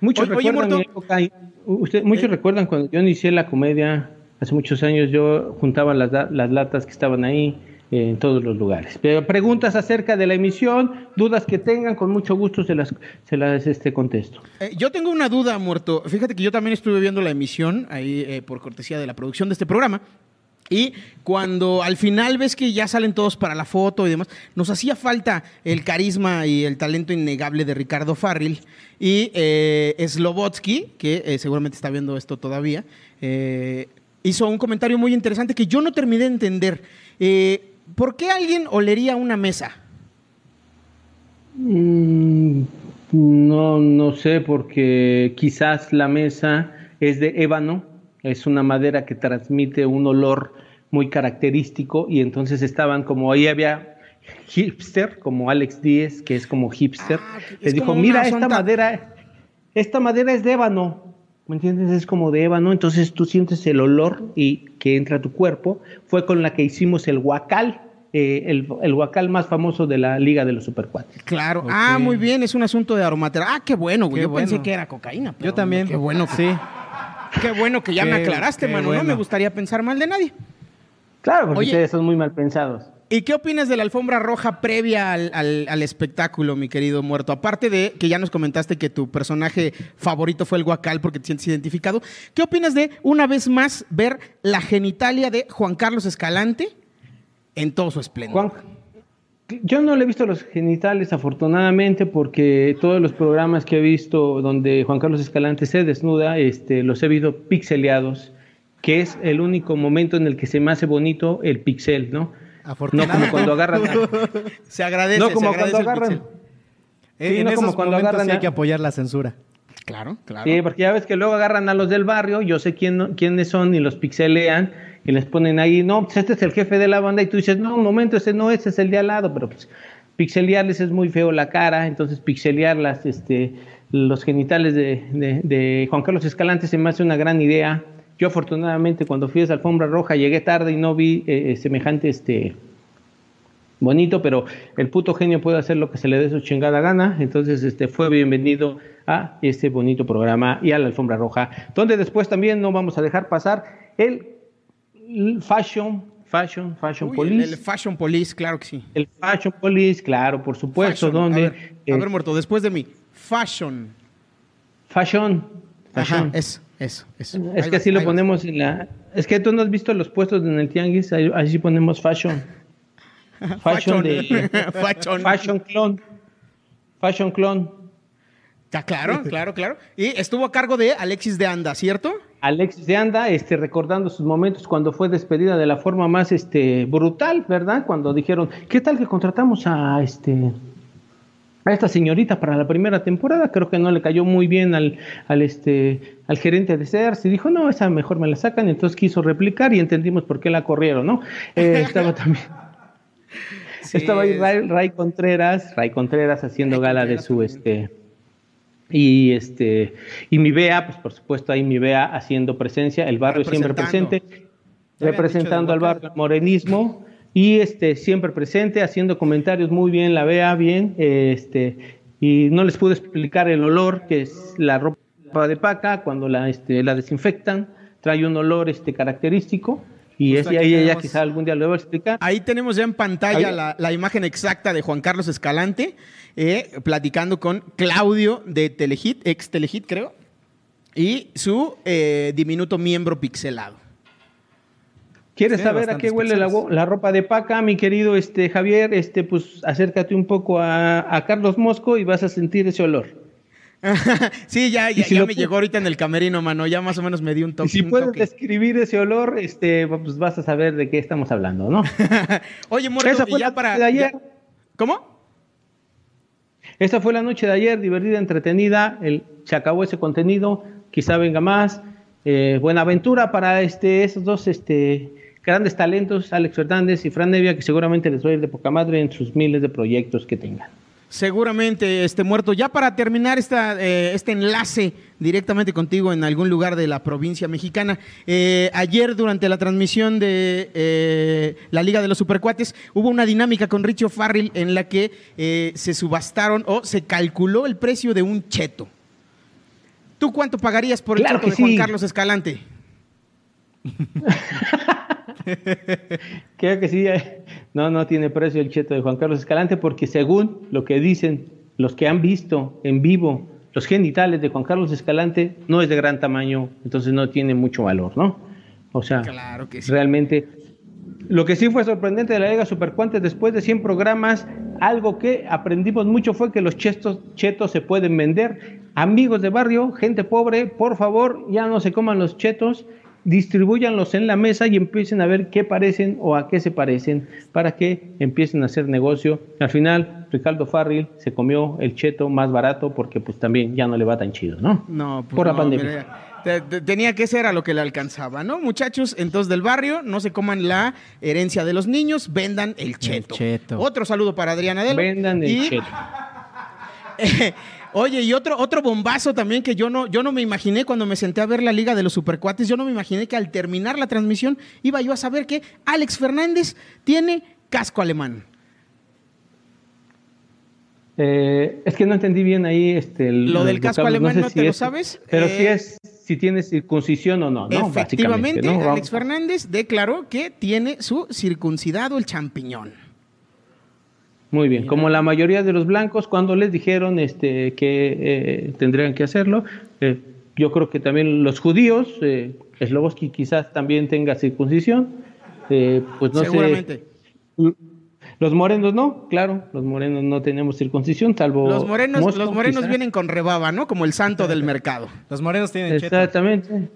Muchos
Oye, oye,
recuerdan mi
Morto. Eh.
época ahí. Usted- muchos recuerdan cuando yo inicié la comedia hace muchos años. Yo juntaba las, da- las latas que estaban ahí eh, en todos los lugares. Pero preguntas acerca de la emisión, dudas que tengan, con mucho gusto se las, se las este, contesto.
Eh, yo tengo una duda, muerto. Fíjate que yo también estuve viendo la emisión ahí eh, por cortesía de la producción de este programa. Y cuando al final ves que ya salen todos para la foto y demás, nos hacía falta el carisma y el talento innegable de Ricardo Farril y eh, Slobotsky, que eh, seguramente está viendo esto todavía, eh, hizo un comentario muy interesante que yo no terminé de entender. Eh, ¿Por qué alguien olería una mesa?
Mm, no, no sé, porque quizás la mesa es de ébano Es una madera que transmite un olor muy característico y entonces estaban como ahí había hipster, como Alex Díez, que es como hipster.
Ah, que
Les
es
dijo,
como una
mira, esta
sonda-
madera, esta madera es de ébano. ¿Me entiendes? Es como de ébano, entonces tú sientes el olor y que entra a tu cuerpo. Fue con la que hicimos el huacal, eh, el, el huacal más famoso de la Liga de los Supercuates.
Claro. Ah, muy bien, es un asunto de aromaterapia. Ah, qué bueno, güey.
Qué
Yo pensé
bueno.
que era cocaína. pero
Yo también.
Qué bueno que,
Sí.
qué bueno que ya
Qué-
me aclaraste,
qué
mano. No
bueno.
me gustaría pensar mal de nadie.
Claro, porque
Oye.
ustedes son muy mal pensados.
¿Y qué opinas de la alfombra roja previa al, al- al espectáculo, mi querido muerto? Aparte de que ya nos comentaste que tu personaje favorito fue el guacal porque te sientes identificado, ¿qué opinas de una vez más ver la genitalia de Juan Carlos Escalante en todo su esplendor?
Juan, yo no le he visto los genitales, afortunadamente, porque todos los programas que he visto donde Juan Carlos Escalante se desnuda, este, los he visto pixeleados, que es el único momento en el que se me hace bonito el pixel, ¿no? No como
[laughs]
cuando agarran.
Se agradece,
no
se
como
agradece
cuando
el
agarran.
pixel.
Sí, no como cuando
momentos
agarran
sí
a-
hay que apoyar la censura.
Claro, claro.
Sí, porque ya ves que luego agarran a los del barrio, yo sé quién, no- quiénes son y los pixelean y les ponen ahí, no, pues este es el jefe de la banda y tú dices, no, un momento, ese no, ese es el de al lado, pero pues pixelearles es muy feo la cara, entonces pixelear las, este, los genitales de, de- de Juan Carlos Escalante se me hace una gran idea. Yo afortunadamente cuando fui a esa alfombra roja llegué tarde y no vi eh, semejante este, bonito, pero el puto genio puede hacer lo que se le dé su chingada gana. Entonces, este fue bienvenido a este bonito programa y a la alfombra roja, donde después también no vamos a dejar pasar el l- fashion, fashion, fashion
Uy, el,
police.
el Fashion Police, claro que sí.
el fashion police, claro, por
Pues,
supuesto,
Fashion.
donde
A ver, a
eh,
ver, muerto, después de mí. Fashion.
fashion,
Ajá,
fashion. es,
eso, eso, eso.
que así lo ponemos en la es que tú no has visto los puestos en el tianguis, ahí, así ponemos
[laughs]
fashion. Fashion
Fashion.
de
Fashion. [laughs]
Fashion clon. Fashion clon.
Ya, claro, claro, claro. Y estuvo a cargo de Alexis de Anda, ¿cierto?
Alexis de Anda, este, recordando sus momentos cuando fue despedida de la forma más este, brutal, ¿verdad? Cuando dijeron, ¿qué tal que contratamos a este a esta señorita para la primera temporada? Creo que no le cayó muy bien al, al, este, al gerente de Sears y dijo, no, esa mejor me la sacan. Entonces quiso replicar y entendimos por qué la corrieron, ¿no? [laughs] Eh, estaba también. Estaba ahí Ray, Ray Contreras, Ray Contreras haciendo gala de su este y este y mi Bea, pues por supuesto ahí mi Bea haciendo presencia, el barrio siempre
Representando.
presente, representando al barrio al morenismo y este siempre presente, haciendo comentarios muy bien, la Bea bien, eh, este y no les pude explicar el olor que es la ropa de paca cuando la este, la desinfectan, trae un olor este característico y
Justo
es- y
aquí
ahí ella
tenemos-
quizá algún día lo va a explicar.
Ahí tenemos ya en pantalla
Ahí.
la, la imagen exacta de Juan Carlos Escalante eh, platicando con Claudio de Telehit, ex Telehit, creo, y su eh, diminuto miembro pixelado.
¿Quieres
Tiene
saber a qué
bastantes
huele la,
pixeles.
gu- la ropa de paca, mi querido este Javier? Este, pues acércate un poco a, a Carlos Mosco y vas a sentir ese olor.
sí, ya, ya,
si
ya
lo
me
pu-
llegó ahorita en el camerino, mano. Ya más o menos me di un toque.
Y si
un
puedes
toque.
describir ese olor, este, pues vas a saber de qué estamos hablando,
[laughs]
¿no?
Oye, muerto,
Esa
y
fue
ya
la
para.
de ayer.
ya- ¿Cómo?
Esa fue la noche de ayer, divertida, entretenida. El, se acabó ese contenido, quizá venga más. Eh, buena aventura para este, esos dos este, grandes talentos, Alex Fernández y Fran Nevia, que seguramente les va a ir de poca madre en sus miles de proyectos que tengan.
Seguramente este muerto. Ya para terminar esta, eh, este enlace directamente contigo en algún lugar de la provincia mexicana, eh, ayer durante la transmisión de eh, la Liga de los Supercuates hubo una dinámica con Richo Farrell en la que eh, se subastaron o se calculó el precio de un cheto. ¿Tú cuánto pagarías por el
Claro
cheto
que
de Juan
sí.
Carlos Escalante?
Creo que sí. eh. No, no tiene precio el cheto de Juan Carlos Escalante porque según lo que dicen los que han visto en vivo los genitales de Juan Carlos Escalante, no es de gran tamaño, entonces no tiene mucho valor, ¿no? O sea,
Claro que sí.
realmente... Lo que sí fue sorprendente de la Liga Supercuantes, después de 100 programas, algo que aprendimos mucho fue que los chestos, chetos se pueden vender. Amigos de barrio, gente pobre, por favor, ya no se coman los chetos, distribúyanlos en la mesa y empiecen a ver qué parecen o a qué se parecen para que empiecen a hacer negocio. Al final, Ricardo Farril se comió el cheto más barato porque pues también ya no le va tan chido, ¿no?
No, pues
por la
no,
pandemia.
mira, Te- te- Tenía que ser a lo que le alcanzaba, ¿no? Muchachos, entonces del barrio, no se coman la herencia de los niños, vendan el cheto.
cheto.
Otro saludo para Adriana Adelo.
Vendan el
Y-
cheto.
[laughs] Oye, y otro, otro bombazo también que yo no, yo no me imaginé cuando me senté a ver la Liga de los Supercuates, yo no me imaginé que al terminar la transmisión iba yo a saber que Alex Fernández tiene casco alemán.
Eh, es que no entendí bien ahí este, el-
Lo del
los
casco
vocablos,
alemán no
si
te lo
es-
sabes,
Pero
eh,
si es, si tiene circuncisión o no, ¿no?
Efectivamente,
Básicamente, ¿no?
Alex
Vamos.
Fernández declaró que tiene su circuncidado el champiñón.
Muy bien, como la mayoría de los blancos, cuando les dijeron este, que eh, tendrían que hacerlo, eh, yo creo que también los judíos, eh, Sloboski quizás también tenga circuncisión, eh, pues no sé.
Seguramente.
Los morenos no, claro, los morenos no tenemos circuncisión, salvo.
Los morenos,
Mosco,
los morenos
quizás.
vienen con rebaba, ¿no? Como el santo del
[laughs]
mercado.
Los morenos tienen cheto.
Exactamente.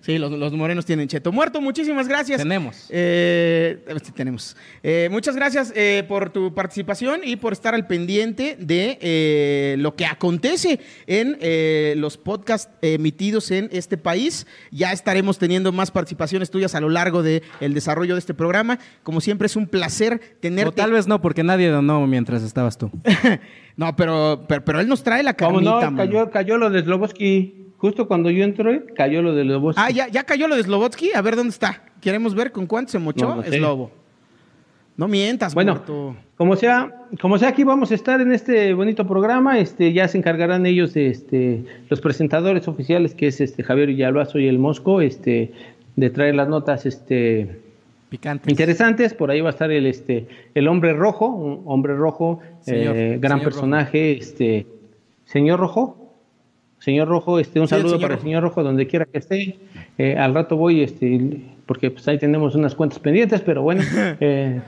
Sí, los, los morenos tienen cheto. Muerto, muchísimas gracias.
Tenemos.
Eh, sí, tenemos. Eh, muchas gracias eh, por tu participación y por estar al pendiente de eh, lo que acontece en eh, los podcasts emitidos en este país. Ya estaremos teniendo más participaciones tuyas a lo largo del desarrollo de este programa. Como siempre, es un placer tenerte.
O tal vez no, porque nadie donó mientras estabas tú.
No, pero, pero, pero él nos trae la
Como
carnita,
no,
mano.
cayó, cayó lo de Sloboski. Justo cuando yo entré, cayó lo de Sloboski.
Ah, ya, ya cayó lo de Slobotsky. A ver dónde está. Queremos ver con cuánto se mochó
No, no sé.
Slobo. No mientas,
Bueno,
Muerto.
como sea, como sea, aquí vamos a estar en este bonito programa. Este, ya se encargarán ellos, este, los presentadores oficiales, que es este Javier Villalbazo y el Mosco, este, de traer las notas, este,
[laughs] Picante.
interesantes. Por ahí va a estar el este el hombre rojo, un hombre rojo,
Señor,
eh, gran
señor
personaje, este señor rojo. Señor Rojo, este un
Sí, el
saludo
señor
para
Rojo.
el señor Rojo donde quiera que esté. Eh, al rato voy, este, porque pues ahí tenemos unas cuentas pendientes, pero bueno.
[laughs]
eh,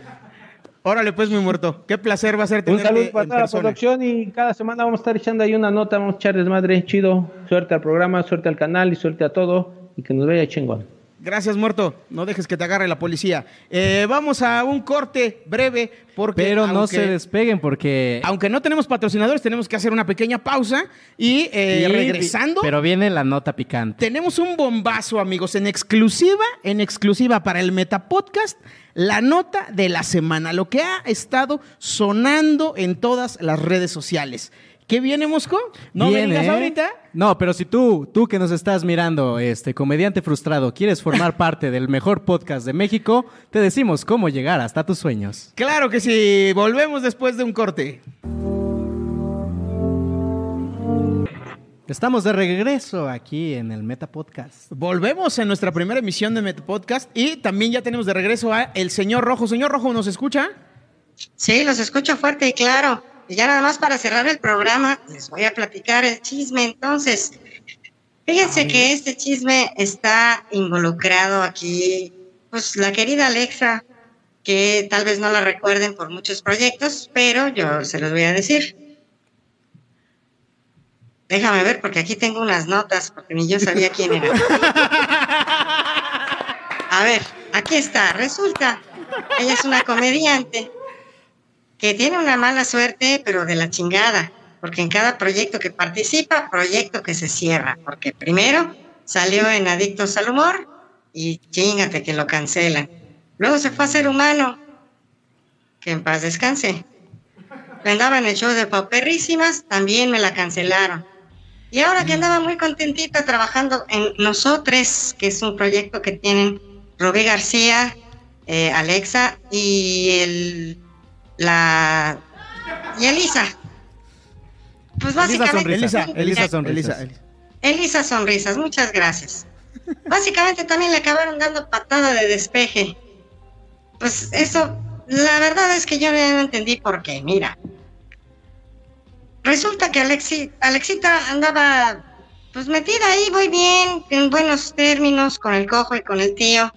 Órale, pues, mi muerto. Qué placer va a ser
un
tenerte
saludo para
en
toda la
persona.
producción y cada semana vamos a estar echando ahí una nota, vamos a echar desmadre, chido. Suerte al programa, suerte al canal y suerte a todo y que nos vaya chingón.
Gracias, muerto. No dejes que te agarre la policía. Eh, vamos a un corte breve porque...
Pero no
aunque-
se despeguen porque...
Aunque no tenemos patrocinadores, tenemos que hacer una pequeña pausa y eh,
Y-
regresando...
Pero viene la nota picante.
Tenemos un bombazo, amigos, en exclusiva, en exclusiva para el Metapodcast, la nota de la semana, lo que ha estado sonando en todas las redes sociales. ¿Qué viene, Mosco? No me
Viene,
digas
¿eh?
ahorita.
No, pero si tú, tú que nos estás mirando, este comediante frustrado, quieres formar parte del mejor podcast de México, te decimos cómo llegar hasta tus sueños.
Claro que sí, volvemos después de un corte.
Estamos de regreso aquí en el Meta Podcast.
Volvemos en nuestra primera emisión de Metapodcast y también ya tenemos de regreso a el señor Rojo. Señor Rojo, ¿nos escucha?
Sí, los escucho fuerte y claro. Y ya nada más para cerrar el programa, les voy a platicar el chisme. Entonces, fíjense que este chisme está involucrado aquí, pues la querida Alexa, que tal vez no la recuerden por muchos proyectos, pero yo se los voy a decir. Déjame ver, porque aquí tengo unas notas, porque ni yo sabía quién era. A ver, aquí está. Resulta, ella es una comediante que tiene una mala suerte, pero de la chingada, porque en cada proyecto que participa, proyecto que se cierra, porque primero salió en Adictos al Humor y chingate que lo cancelan. Luego se fue a Ser Humano, que en paz descanse. Andaba en el show de Pauperrísimas, también me la cancelaron. Y ahora que andaba muy contentita trabajando en Nosotres, que es un proyecto que tienen Rubí García, eh, Alexa y el la y Elisa. Pues
Elisa
básicamente
Sonrisa.
Elisa,
Elisa
Elisa,
Sonrisa.
Elisa.
Elisa Sonrisas, muchas gracias. Básicamente también le acabaron dando patada de despeje. Pues eso, la verdad es que yo no entendí por qué. Mira, resulta que Alexi, Alexita andaba pues metida ahí muy bien, en buenos términos con el cojo y con el tío.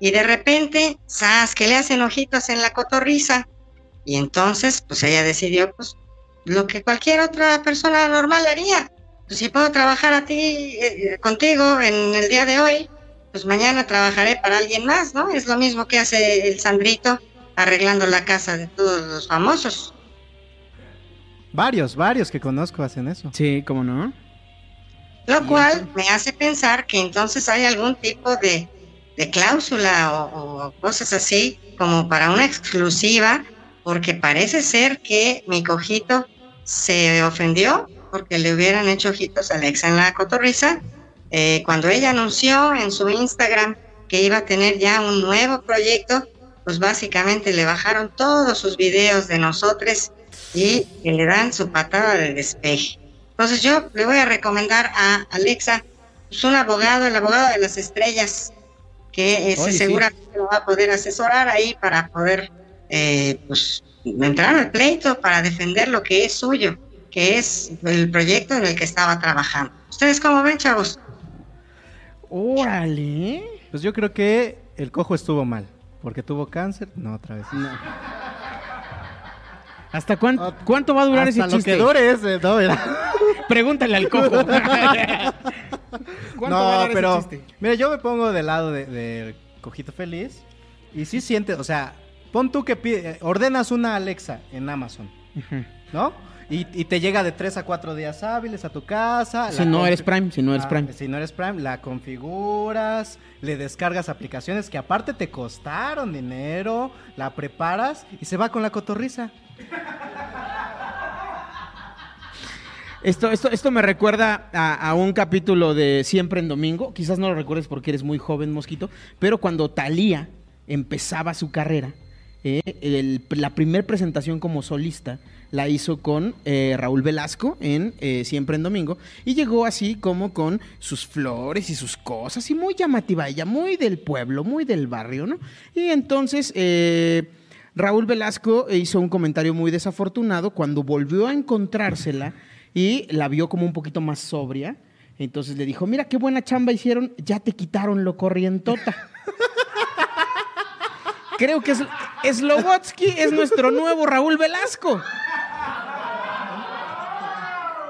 Y de repente, ¡zas! que le hacen ojitos en la cotorriza. Y entonces, pues ella decidió, pues, lo que cualquier otra persona normal haría. Pues si puedo trabajar a ti, eh, eh, contigo en el día de hoy, pues mañana trabajaré para alguien más, ¿no? Es lo mismo que hace el Sandrito arreglando la casa de todos los famosos.
Varios, varios que conozco hacen eso.
Sí, ¿cómo no?
Lo cual me hace pensar que entonces hay algún tipo de, de cláusula o, o cosas así como para una exclusiva, porque parece ser que mi cojito se ofendió porque le hubieran hecho ojitos a Alexa en la cotorriza eh, cuando ella anunció en su Instagram que iba a tener ya un nuevo proyecto, pues básicamente le bajaron todos sus videos de nosotros y que le dan su patada de despeje. Entonces yo le voy a recomendar a Alexa pues un abogado, el abogado de las estrellas, que ese
Oye, sí.
seguramente lo va a poder asesorar ahí para poder eh, pues, entrar al pleito para defender lo que es suyo, que es el proyecto en el que estaba trabajando. ¿Ustedes cómo ven, chavos?
Órale.
Pues yo creo que el cojo estuvo mal. Porque tuvo cáncer. No, otra vez.
¿Hasta cuán- cuánto va a durar
Ah, Hasta
ese
lo que
chiste?
dure ese, ¿no? ¿verdad?
Pregúntale al
[laughs]
cojo. ¿Cuánto va a
No,
durar ese
pero.
chiste?
Mira, yo me pongo del lado de- del cojito feliz. Y sí sientes, o sea, pon tú que pide- eh, ordenas una Alexa en Amazon, ¿no? Y, y te llega de 3 a 4 días hábiles a tu casa.
Si
la
no
confi-
eres Prime, si no eres
Ah,
Prime.
Si no eres Prime, la configuras, le descargas aplicaciones que aparte te costaron dinero, la preparas y se va con la cotorriza.
Esto, esto, esto me recuerda a, a un capítulo de Siempre en Domingo. Quizás no lo recuerdes porque eres muy joven, Mosquito. Pero cuando Thalía empezaba su carrera, eh, el- la primera presentación como solista la hizo con eh, Raúl Velasco en eh, Siempre en Domingo. Y llegó así como con sus flores y sus cosas. Y muy llamativa ella, muy del pueblo, muy del barrio, ¿no? Y entonces. eh, Raúl Velasco hizo un comentario muy desafortunado cuando volvió a encontrársela y la vio como un poquito más sobria. Entonces le dijo, mira qué buena chamba hicieron, ya te quitaron lo corrientota. [laughs] Creo que es Slobotsky es nuestro nuevo Raúl Velasco.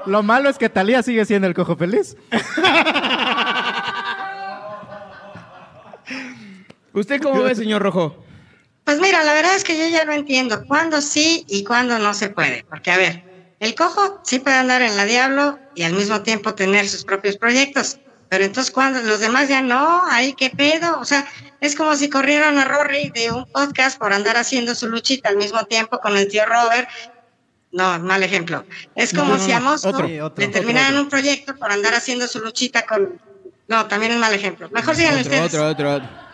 Lo malo es que Talía sigue siendo el cojo feliz.
[laughs] ¿Usted cómo ve, señor Rojo?
Pues mira, la verdad es que yo ya no entiendo cuándo sí y cuándo no se puede. Porque, a ver, el cojo sí puede andar en la diablo y al mismo tiempo tener sus propios proyectos. Pero entonces, cuando los demás ya no, ahí qué pedo. O sea, es como si corrieran a Rory de un podcast por andar haciendo su luchita al mismo tiempo con el tío Robert. No, mal ejemplo. Es como
No, no,
si a
no,
Mosco
otro,
le
otro,
terminaran
otro.
un proyecto por andar haciendo su luchita con. No, también es mal ejemplo. Mejor síganle
Otro,
ustedes.
otro, otro, otro.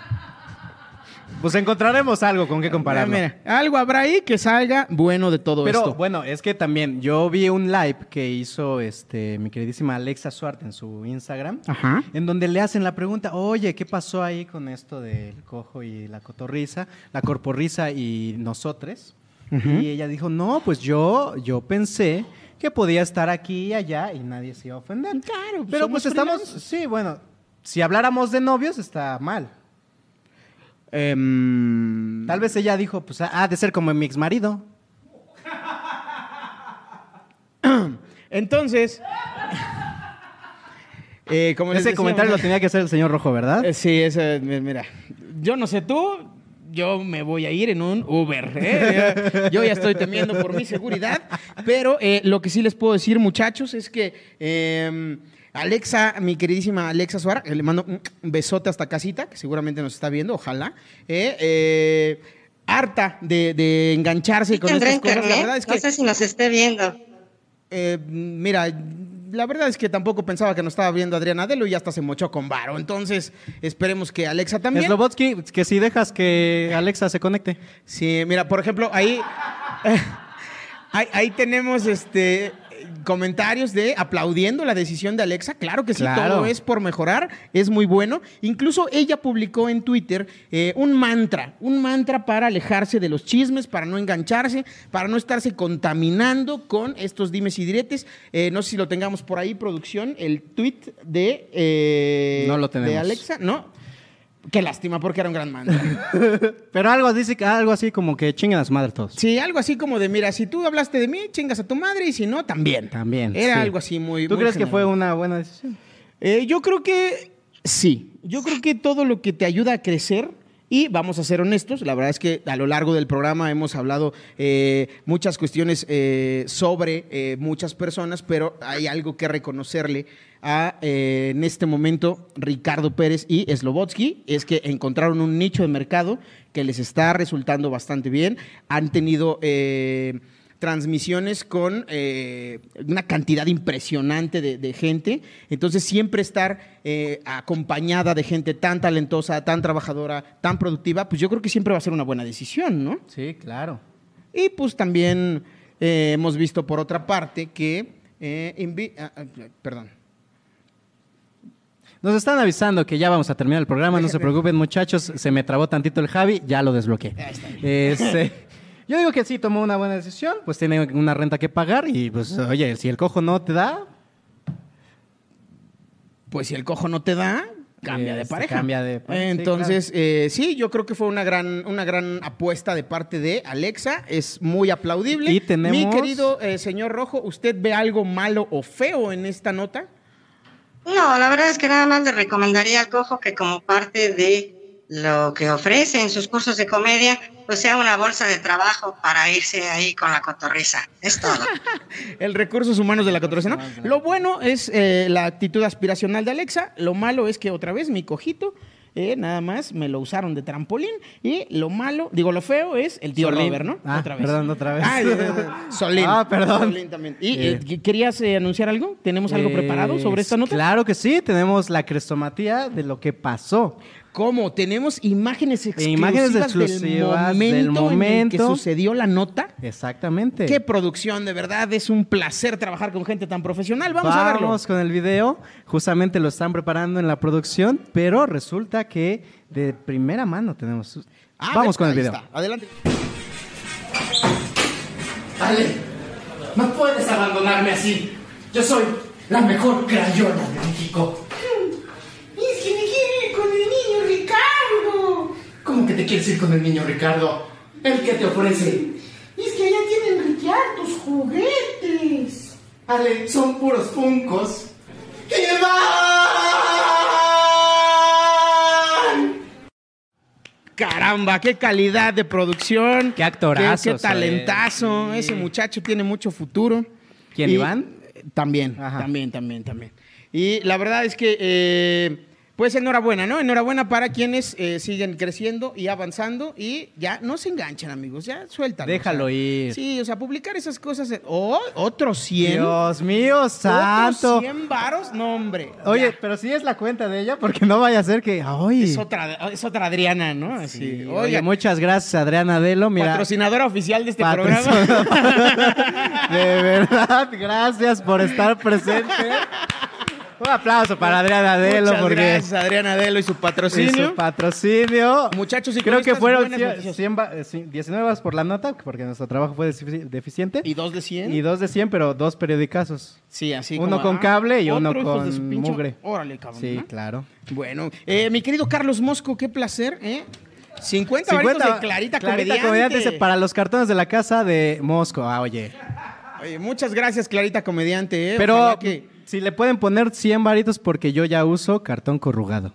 Pues encontraremos algo con qué
Mira,
compararlo.
mira, algo habrá ahí que salga bueno de todo
Pero
esto.
bueno, es que también yo vi un live que hizo este mi queridísima Alexa Suarte en su Instagram,
Ajá.
en donde le hacen la pregunta, oye, ¿qué pasó ahí con esto del cojo y la cotorriza, la corporriza y nosotres? Y ella dijo, no, pues yo, yo pensé que podía estar aquí y allá y nadie se iba a ofender.
Claro, pues
pero
somos
pues estamos, sí, bueno, si habláramos de novios está mal.
Em,
Tal vez ella dijo, pues ah, ha de ser como mi ex marido.
entonces, eh, como les
Ese
decía,
comentario
una-
lo tenía que hacer el señor Rojo, ¿verdad?
Eh, Sí, ese, mi- mira, yo no sé tú, yo me voy a ir en un Uber. ¿eh? Ya- Yo ya estoy temiendo por mi seguridad, pero eh, lo que sí les puedo decir, muchachos, es que eh, Alexa, mi queridísima Alexa Suárez, que le mando un besote hasta casita, que seguramente nos está viendo, ojalá. eh, eh, harta de, de engancharse
Sí,
con
tendrá
estas cosas. La
internet.
verdad es
No
que
sé si nos esté viendo.
eh, mira, la verdad es que tampoco pensaba que nos estaba viendo Adriana Delo y hasta se mochó con Varo. Entonces, esperemos que Alexa también.
Slobotsky, que si dejas que Alexa se conecte.
Sí, mira, por ejemplo, ahí, [laughs] ahí, ahí tenemos este comentarios de aplaudiendo la decisión de Alexa. Claro que sí,
Claro.
todo es por mejorar, es muy bueno. Incluso ella publicó en Twitter eh, un mantra, un mantra para alejarse de los chismes, para no engancharse, para no estarse contaminando con estos dimes y diretes. Eh, no sé si lo tengamos por ahí, producción, el tweet de, eh,
No lo
de
tenemos.
Alexa, ¿no? Qué lástima, porque era un gran mantra.
Pero algo dice que- algo así como que chinguen las madres todos.
Sí, algo así como de, mira, si tú hablaste de mí, chingas a tu madre y si no, también.
También,
Era
sí.
algo así muy...
¿Tú
muy
crees que
general.
fue una buena decisión?
Eh, yo creo que sí. Yo creo que todo lo que te ayuda a crecer, y vamos a ser honestos, la verdad es que a lo largo del programa hemos hablado eh, muchas cuestiones eh, sobre eh, muchas personas, pero hay algo que reconocerle a, eh, en este momento, Ricardo Pérez y Slobotsky, es que encontraron un nicho de mercado que les está resultando bastante bien. Han tenido... eh, transmisiones con eh, una cantidad impresionante de, de gente. Entonces, siempre estar eh, acompañada de gente tan talentosa, tan trabajadora, tan productiva, pues yo creo que siempre va a ser una buena decisión, ¿no?
Sí, claro.
Y pues también eh, hemos visto por otra parte que... eh, invi- ah, ah, perdón.
Nos están avisando que ya vamos a terminar el programa, no se preocupen muchachos, se me trabó tantito el Javi, ya lo desbloqueé. Este, [laughs] yo digo que sí, tomó una buena decisión, pues tiene una renta que pagar y pues oye, si el cojo no te da,
Pues si el cojo no te da, cambia de
Este,
pareja.
cambia de pareja, sí,
Entonces, eh, sí, yo creo que fue una gran, una gran apuesta de parte de Alexa. Es muy aplaudible.
Y tenemos-
Mi querido eh, señor Rojo, ¿usted ve algo malo o feo en esta nota?
No, la verdad es que nada más le recomendaría al cojo que como parte de lo que ofrece en sus cursos de comedia, pues sea una bolsa de trabajo para irse ahí con la cotorriza. Es todo.
El recursos humanos de la cotorreza, ¿no? Lo bueno es eh, la actitud aspiracional de Alexa. Lo malo es que otra vez mi cojito. eh, nada más me lo usaron de trampolín y lo malo, digo lo feo es el tío
Solín.
Robert, ¿no?
Ah, perdón, otra vez.
Ay, eh,
[laughs]
Solín.
Ah, perdón.
Solín también. ¿Y
Eh.
eh, querías eh, anunciar algo? ¿Tenemos algo
Eh,
preparado sobre esta nota?
Claro que sí, tenemos la crestomatía de lo que pasó.
¿Cómo? Tenemos imágenes
E
exclusivas,
imágenes exclusivas
del, momento
del
en el que
momento.
sucedió la nota.
Exactamente.
Qué producción, de verdad, es un placer trabajar con gente tan profesional. Vamos, a verlo.
Vamos con el video. Justamente lo están preparando en la producción, pero resulta que de primera mano tenemos.
Ah,
Vamos
ve-
con el
ahí
video.
está. Adelante.
Ale, no puedes abandonarme así. Yo soy la mejor crayola de México. Es que me quiero ir con el niño Ricardo. ¿Cómo que te quieres ir con el niño Ricardo? ¿El qué te ofrece? Es que allá tienen tus juguetes. Ale, son puros funcos. ¡Que van!
Caramba, qué calidad de producción.
Qué actorazo,
Qué, qué
Soler.
talentazo.
Sí.
Ese muchacho tiene mucho futuro.
¿Quién,
Y-
Iván?
eh, También,
Ajá.
también, también, también. Y la verdad es que, eh, pues enhorabuena, ¿no? Enhorabuena para quienes eh, siguen creciendo y avanzando y ya no se enganchen, amigos. Ya suéltalo.
Déjalo
o sea.
ir.
Sí, o sea, publicar esas cosas. eh, ¡Oh! Otros 100.
Dios mío, santo.
Otros 100 varos. No, hombre.
Oye,
ya.
pero si es la cuenta de ella, porque no vaya a ser que. ¡Ay!
Es otra, es otra Adriana, ¿no? Así.
Sí,
oiga,
Oye, muchas gracias, Adriana Adelo. Mira,
patrocinadora oficial de este
Patrocinador.
programa.
[laughs] De verdad, gracias por
[laughs]
estar presente. Un aplauso para Adriana Adelo
Muchas
porque
gracias, Adriana Adelo y su
y
patrocinio.
su patrocinio.
Muchachos, y con
creo que
estas
fueron
buenas
cien-
noticias.
cien va- eh, sí, 19 vas por la nota, porque nuestro trabajo fue defici- deficiente.
y dos de 100.
Y dos de 100, pero dos periodicazos.
sí, así
uno
como,
con
ah,
cable y uno
otro, hijos de su
con
pinche-
mugre.
Órale, cabrón.
Sí,
¿no?
claro.
Bueno, eh, mi querido Carlos Mosco, qué placer, ¿eh? 50, varitos de Clarita, Comediante.
dice, para los cartones de la casa de Mosco. Ah,
Eh,
oye.
Oye, muchas gracias, Clarita Comediante, ¿eh?
Pero
Ojalá que-
si le pueden poner 100 varitos porque yo ya uso cartón corrugado.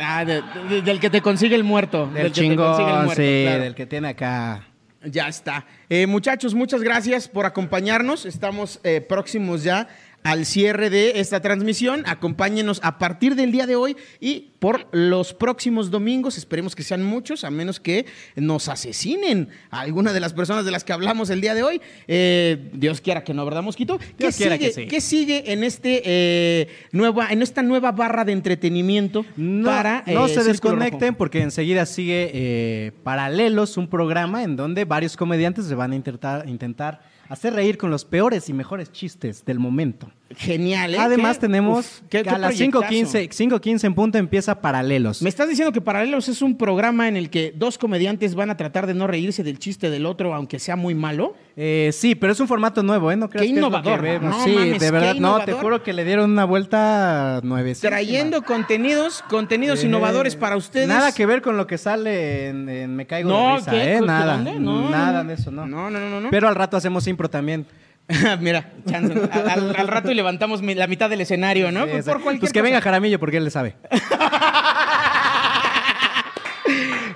Ah, de- de- del que te consigue el muerto.
Del
que te
chingón,
consigue el muerto,
sí,
claro.
del que tiene acá.
Ya está. Eh, muchachos, muchas gracias por acompañarnos. Estamos eh, próximos ya al cierre de esta transmisión. Acompáñenos a partir del día de hoy y por los próximos domingos. Esperemos que sean muchos, a menos que nos asesinen a alguna de las personas de las que hablamos el día de hoy. Eh, Dios quiera que no, ¿verdad, Mosquito?
Dios quiera que sí.
sigue, ¿Qué sigue en, este, eh, nueva, en esta nueva barra de entretenimiento
No,
para...
no
eh, Círculo
se
Rojo?
desconecten porque enseguida sigue eh, Paralelos, un programa en donde varios comediantes se van a intentar, intentar hacer reír con los peores y mejores chistes del momento.
Genial, ¿eh?
Además
Qué-
tenemos
uf, qué-
que
qué
a las
proyectazo.
5.15 5.15 en punto empieza Paralelos.
Me estás diciendo que Paralelos es un programa en el que dos comediantes van a tratar de no reírse del chiste del otro, aunque sea muy malo.
Eh, sí, pero es un formato nuevo, ¿eh? No creas
Qué
que es lo
innovador,
que vemos.
no
sí,
mames,
de verdad,
qué
no, te
innovador.
juro que le dieron una vuelta nuevecísima.
Trayendo contenidos, contenidos
Eh,
innovadores para ustedes.
Nada que ver con lo que sale en, en Me Caigo de
No,
Risa,
¿qué?
¿eh?
¿Qué
Nada.
onda? No,
nada
no, no.
de eso, no.
No, no, no, no, no.
Pero al rato hacemos impro también.
[laughs] Mira, chance, al, al- al rato y levantamos mi- la mitad del escenario, ¿no? Pues,
Sí,
Por
exacto.
cualquier [laughs]
pues que
cosa.
venga Jaramillo porque él le sabe.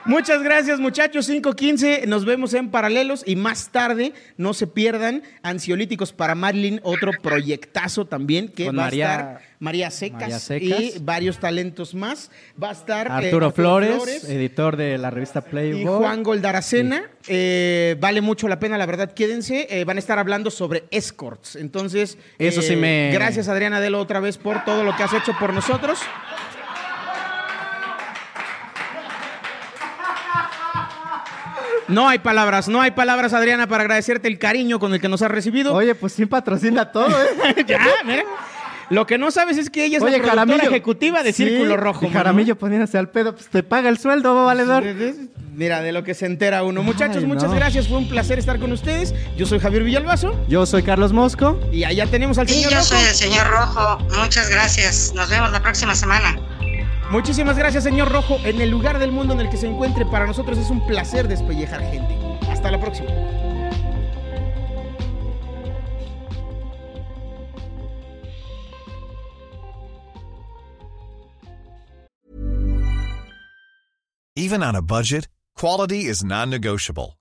Muchas gracias, muchachos. 5.15. Nos vemos en Paralelos. Y más tarde, no se pierdan, Ansiolíticos para Marilyn, otro proyectazo también que
Con
va
María-
a estar María Secas,
María Secas.
y varios talentos más. Va a estar eh,
Arturo Flores, editor de la revista Playboy.
y Juan Goldaracena. Eh, vale mucho la pena, la verdad, quédense. Eh, van a estar hablando sobre escorts. Entonces, eh,
Eso sí me-
Gracias, Adriana Delo, otra vez por todo lo que has hecho por nosotros. No hay palabras, no hay palabras, Adriana, para agradecerte el cariño con el que nos has recibido.
Oye, pues sí patrocina todo, ¿eh?
[laughs] ya, mira. Lo que no sabes es que ella [laughs] es
Oye,
la productora
Jaramillo.
ejecutiva de
Sí,
Círculo Rojo.
y
mano.
Jaramillo poniéndose al pedo, pues te paga el sueldo, valedor.
Mira, de lo que se entera uno. Muchachos,
Ay,
muchas
no.
gracias. Fue un placer estar con ustedes. Yo soy Javier Villalbazo
Yo soy Carlos Mosco.
y allá tenemos al
Y
señor
yo
Rojo.
soy el señor Rojo. Muchas gracias. Nos vemos la próxima semana.
Muchísimas gracias, señor Rojo. En el lugar del mundo en el que se encuentre, para nosotros es un placer despellejar gente. Hasta la próxima.
Even on a budget, quality is non-negotiable.